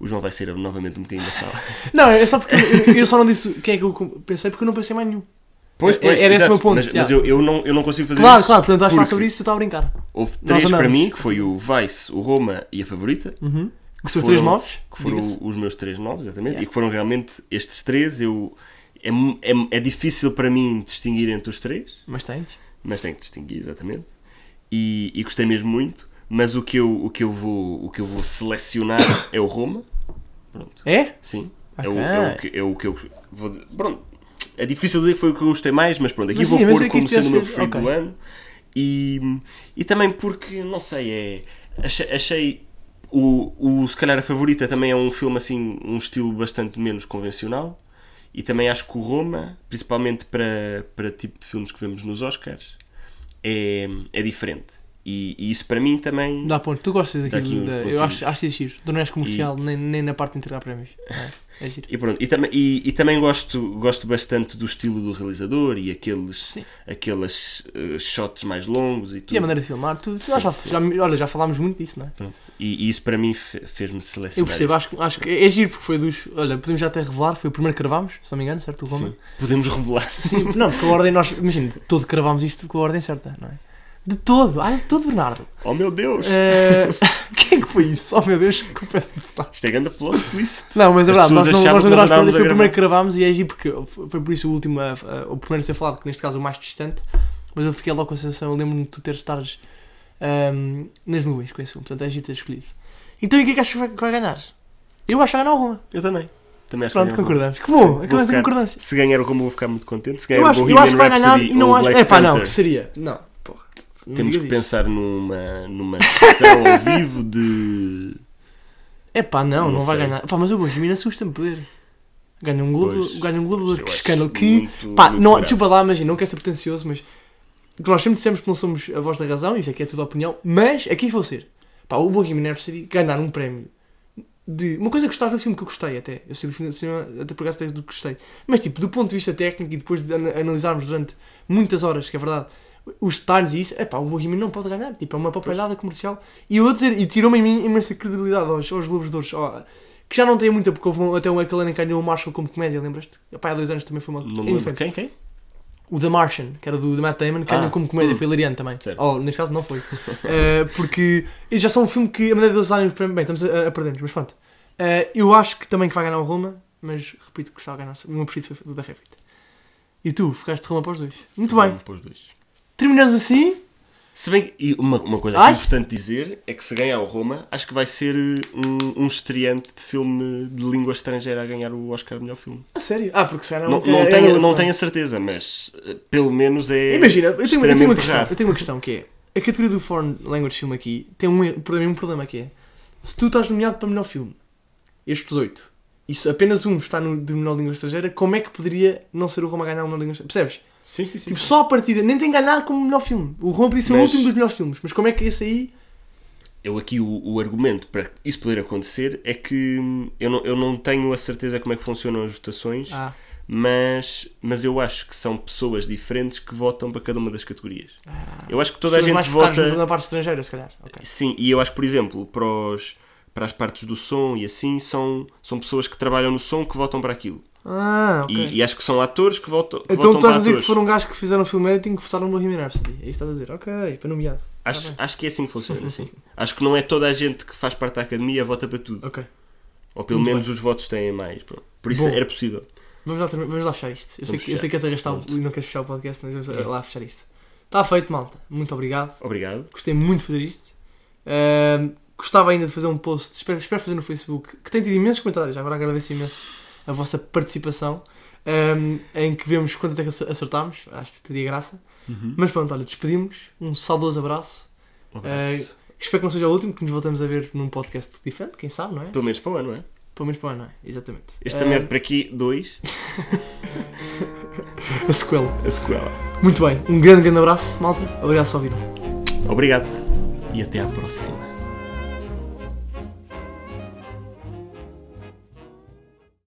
Speaker 1: O João vai sair novamente um bocadinho da sala.
Speaker 2: Não, é só porque eu, eu só não disse quem é que eu com- pensei porque eu não pensei mais nenhum.
Speaker 1: Pois,
Speaker 2: Era-
Speaker 1: pois,
Speaker 2: era esse o
Speaker 1: exato.
Speaker 2: meu ponto,
Speaker 1: Mas,
Speaker 2: já.
Speaker 1: mas eu, eu, não, eu não consigo fazer
Speaker 2: Claro,
Speaker 1: isso.
Speaker 2: claro, portanto vais falar
Speaker 1: porque
Speaker 2: sobre isso, tu estás a brincar.
Speaker 1: Houve três
Speaker 2: andamos.
Speaker 1: para mim, que foi o Vice, o Roma e a Favorita.
Speaker 2: Uhum. Os teus
Speaker 1: foram-
Speaker 2: três novos?
Speaker 1: que foram
Speaker 2: diga-se.
Speaker 1: os meus três novos, exatamente,
Speaker 2: Yeah.
Speaker 1: e que foram realmente estes três. Eu, é, mu- é, é difícil para mim distinguir entre os três,
Speaker 2: Mas tens?
Speaker 1: mas tenho que distinguir, exatamente. E, e gostei mesmo muito. Mas o que eu, o que eu, vou, o que eu vou selecionar é o Roma. Pronto,
Speaker 2: É?
Speaker 1: sim. É, o, é, o que, é o que eu vou. de- Pronto, é difícil dizer que foi o que eu gostei mais, mas pronto, aqui
Speaker 2: Mas
Speaker 1: vou
Speaker 2: sim, mas é
Speaker 1: pôr
Speaker 2: que
Speaker 1: como
Speaker 2: isto deve
Speaker 1: sendo o meu
Speaker 2: ser-
Speaker 1: preferido do
Speaker 2: ok.
Speaker 1: ano. E, e também porque, não sei, é. Achei. achei o, o, se calhar a favorita também é um filme assim, um estilo bastante menos convencional. E também acho que o Roma, principalmente para, para tipo de filmes que vemos nos Oscars, é, é diferente. E, e isso para mim também.
Speaker 2: Dá ponto. Tu gostas aqui,
Speaker 1: Dá aqui
Speaker 2: do-
Speaker 1: uns
Speaker 2: da- Eu
Speaker 1: pontinhos.
Speaker 2: acho, acho isso giro. Tu não és comercial nem, nem na parte de entregar prémios. É, é giro.
Speaker 1: E pronto, e, também- e- e também gosto, gosto bastante do estilo do realizador e aqueles,
Speaker 2: Sim.
Speaker 1: aqueles eh, shots mais longos e tudo.
Speaker 2: E a maneira de filmar, tudo. Nós já, já, olha, já falámos muito disso, não é?
Speaker 1: Pronto. E, e isso para mim fe- fez-me
Speaker 2: Eu
Speaker 1: selecionar. isto.
Speaker 2: percebo, acho, que- acho que é giro porque foi dos. Olha, podemos já até revelar, foi o primeiro que cravámos, se não é? me engano, certo? O Roma?
Speaker 1: Sim. Podemos revelar.
Speaker 2: Sim, não, porque a ordem nós. Imagina, de todo cravámos isto com a ordem certa, não é? De todo, ah, de todo, Bernardo.
Speaker 1: Oh meu Deus!
Speaker 2: Eh, Quem é que foi isso? Oh meu Deus, confesso-me está.
Speaker 1: Isto é grande plot twist.
Speaker 2: Não, mas é
Speaker 1: As
Speaker 2: verdade,
Speaker 1: pessoas
Speaker 2: nós não,
Speaker 1: achavam que
Speaker 2: nós não
Speaker 1: nós
Speaker 2: gravámos porque
Speaker 1: andávamos
Speaker 2: foi o
Speaker 1: a
Speaker 2: primeiro que gravámos e é giro porque foi foi por isso o último, a- a- o primeiro a ser falado, que neste caso é o mais distante, mas eu fiquei logo com a sensação, eu lembro-me de tu teres estares ahm, nas nuvens com esse filme, portanto é giro ter escolhido. Então e o que é que achas que vai, que vai ganhar? Eu acho que vai ganhar o Roma.
Speaker 1: Eu também. Também acho
Speaker 2: Pronto,
Speaker 1: que é um vai ganhar o Roma.
Speaker 2: concordamos. Que bom,
Speaker 1: Sim,
Speaker 2: acabamos de
Speaker 1: vou ficar-
Speaker 2: concordância.
Speaker 1: Se ganhar o Roma vou ficar muito contente. Se ganhar
Speaker 2: Eu acho,
Speaker 1: o
Speaker 2: eu
Speaker 1: Bohemian
Speaker 2: acho que vai ganhar
Speaker 1: Rhapsody
Speaker 2: e não
Speaker 1: ou
Speaker 2: acho.
Speaker 1: Black
Speaker 2: É pá, não,
Speaker 1: Panther-
Speaker 2: que seria. Não, porra. Não
Speaker 1: Temos que
Speaker 2: digas isso.
Speaker 1: pensar numa, numa sessão ao vivo de.
Speaker 2: É pá, não, não,
Speaker 1: Não
Speaker 2: vai
Speaker 1: sei.
Speaker 2: ganhar. Pá, mas o Benjamin assusta-me poder. Ganha um Globo,
Speaker 1: Pois,
Speaker 2: ganha um Globo de
Speaker 1: eu
Speaker 2: Ouro, que
Speaker 1: acho
Speaker 2: escândalo. Que.
Speaker 1: muito-
Speaker 2: pá,
Speaker 1: muito
Speaker 2: não, tipo,
Speaker 1: grave.
Speaker 2: desculpa lá, imagina, não quero ser pretencioso, mas. que Nós sempre dissemos que não somos a voz da razão, isto aqui é tudo opinião, mas aqui vou ser. Pá, o Bohemian Rhapsody ganhar um prémio de. Uma coisa que gostava do filme que eu gostei até. Eu sei do filme, do cinema, até por acaso até do que gostei. Mas tipo, do ponto de vista técnico e depois de ana- analisarmos durante muitas horas, que é verdade, os detalhes e isso, é pá, o Bohemian não pode ganhar. Tipo, é uma papelhada comercial. E eu vou dizer, e tirou-me a mim imensa credibilidade aos, aos Globos de Ouro, ó, que já não tem muita, porque houve um- até um aquele ano em que ganhou o Marshall como comédia, lembras-te? Epá, há dois anos também foi uma.
Speaker 1: Não
Speaker 2: é
Speaker 1: me lembro.
Speaker 2: diferente.
Speaker 1: Quem? Quem?
Speaker 2: O The Martian, que era do The Matt Damon, que ganhou
Speaker 1: Ah,
Speaker 2: como comédia,
Speaker 1: hum.
Speaker 2: foi hilariante também.
Speaker 1: Certo.
Speaker 2: Oh, neste caso não foi. Eh, porque e já são um filme que a maneira de eles darem os prémios. Bem, estamos a, a perdermos, mas pronto. Eh, eu acho que também que vai ganhar o Roma, mas repito que gostava de ganhar. O meu preferido foi o da Favorite. E tu, ficaste de Roma para os dois. Muito bem.
Speaker 1: Vamos pôr os dois.
Speaker 2: Terminamos assim.
Speaker 1: Se bem que e uma, uma coisa
Speaker 2: Ai.
Speaker 1: importante dizer é que se ganhar o Roma, acho que vai ser eh, um, um estreante de filme de língua estrangeira a ganhar o Oscar de melhor filme.
Speaker 2: A sério? Ah, porque se calhar
Speaker 1: Não, não, tenho, não tenho a certeza, mas eh, pelo menos é.
Speaker 2: é, Imagina, eu tenho, eu, tenho uma
Speaker 1: extremamente
Speaker 2: questão,
Speaker 1: raro.
Speaker 2: eu tenho uma questão que é: a categoria do Foreign Language Film aqui tem um, erro- para mim um problema que é se tu estás nomeado para melhor filme, estes oito, e se apenas um está no, de melhor língua estrangeira, como é que poderia não ser o Roma a ganhar o melhor língua estrangeira? Percebes?
Speaker 1: Sim, sim, sim.
Speaker 2: Tipo, só a partida, nem tem que ganhar como melhor filme. O Roma podia ser o
Speaker 1: Mas-
Speaker 2: último dos melhores filmes, mas como é que esse aí.
Speaker 1: Eu aqui o, o argumento para isso poder acontecer é que hum, eu não, eu não tenho a certeza como é que funcionam as votações,
Speaker 2: Ah,
Speaker 1: mas, mas eu acho que são pessoas diferentes que votam para cada uma das categorias.
Speaker 2: Ah.
Speaker 1: eu acho que toda a
Speaker 2: pessoas mais
Speaker 1: gente
Speaker 2: focadas
Speaker 1: vota.
Speaker 2: na parte estrangeira, se calhar. Ok.
Speaker 1: Sim, e eu acho, por exemplo, para, os- para as partes do som e assim, são, são pessoas que trabalham no som que votam para aquilo.
Speaker 2: Ah, ok.
Speaker 1: E, e acho que são atores que votam, que
Speaker 2: então tu
Speaker 1: votam
Speaker 2: estás
Speaker 1: para
Speaker 2: a dizer que
Speaker 1: atores.
Speaker 2: foram gajos que fizeram o filme editing que votaram no Bohemian Rhapsody. É isso que estás a dizer, ok, para nomeado.
Speaker 1: Acho,
Speaker 2: Tá bem.
Speaker 1: acho que é assim que funciona, sim. Acho que não é toda a gente que faz parte da academia vota para tudo.
Speaker 2: Ok.
Speaker 1: Ou pelo
Speaker 2: Muito
Speaker 1: menos os votos têm mais. pronto. Por isso
Speaker 2: Bom.
Speaker 1: era possível.
Speaker 2: Vamos lá, termi- vamos lá fechar isto. Eu sei,
Speaker 1: Vamos
Speaker 2: que, eu sei que queres arrastar o-
Speaker 1: Pronto.
Speaker 2: e não queres fechar o podcast, mas vamos lá fechar isto. Está feito, malta. Muito obrigado.
Speaker 1: Obrigado.
Speaker 2: Gostei muito de fazer isto. Ahm, gostava ainda de fazer um post, espero, espero fazer no Facebook, que tem tido imensos comentários. Agora agradeço imenso a vossa participação, ahm, em que vemos quanto é que acer- acertámos. Acho que teria graça.
Speaker 1: Uhum.
Speaker 2: Mas pronto, olha, despedimos. Um saudoso abraço.
Speaker 1: Um
Speaker 2: Eh,
Speaker 1: abraço.
Speaker 2: Espero que não seja o último, que nos voltamos a ver num podcast diferente, quem sabe, não é?
Speaker 1: Pelo menos para o ano, não é?
Speaker 2: Pelo menos para o ano, não é? Exatamente.
Speaker 1: Esta
Speaker 2: Ahm,
Speaker 1: merda para aqui, dois,
Speaker 2: A sequela.
Speaker 1: a sequela.
Speaker 2: Muito bem, um grande, grande abraço, malta. Obrigado por ouvir.
Speaker 1: Obrigado e até à próxima.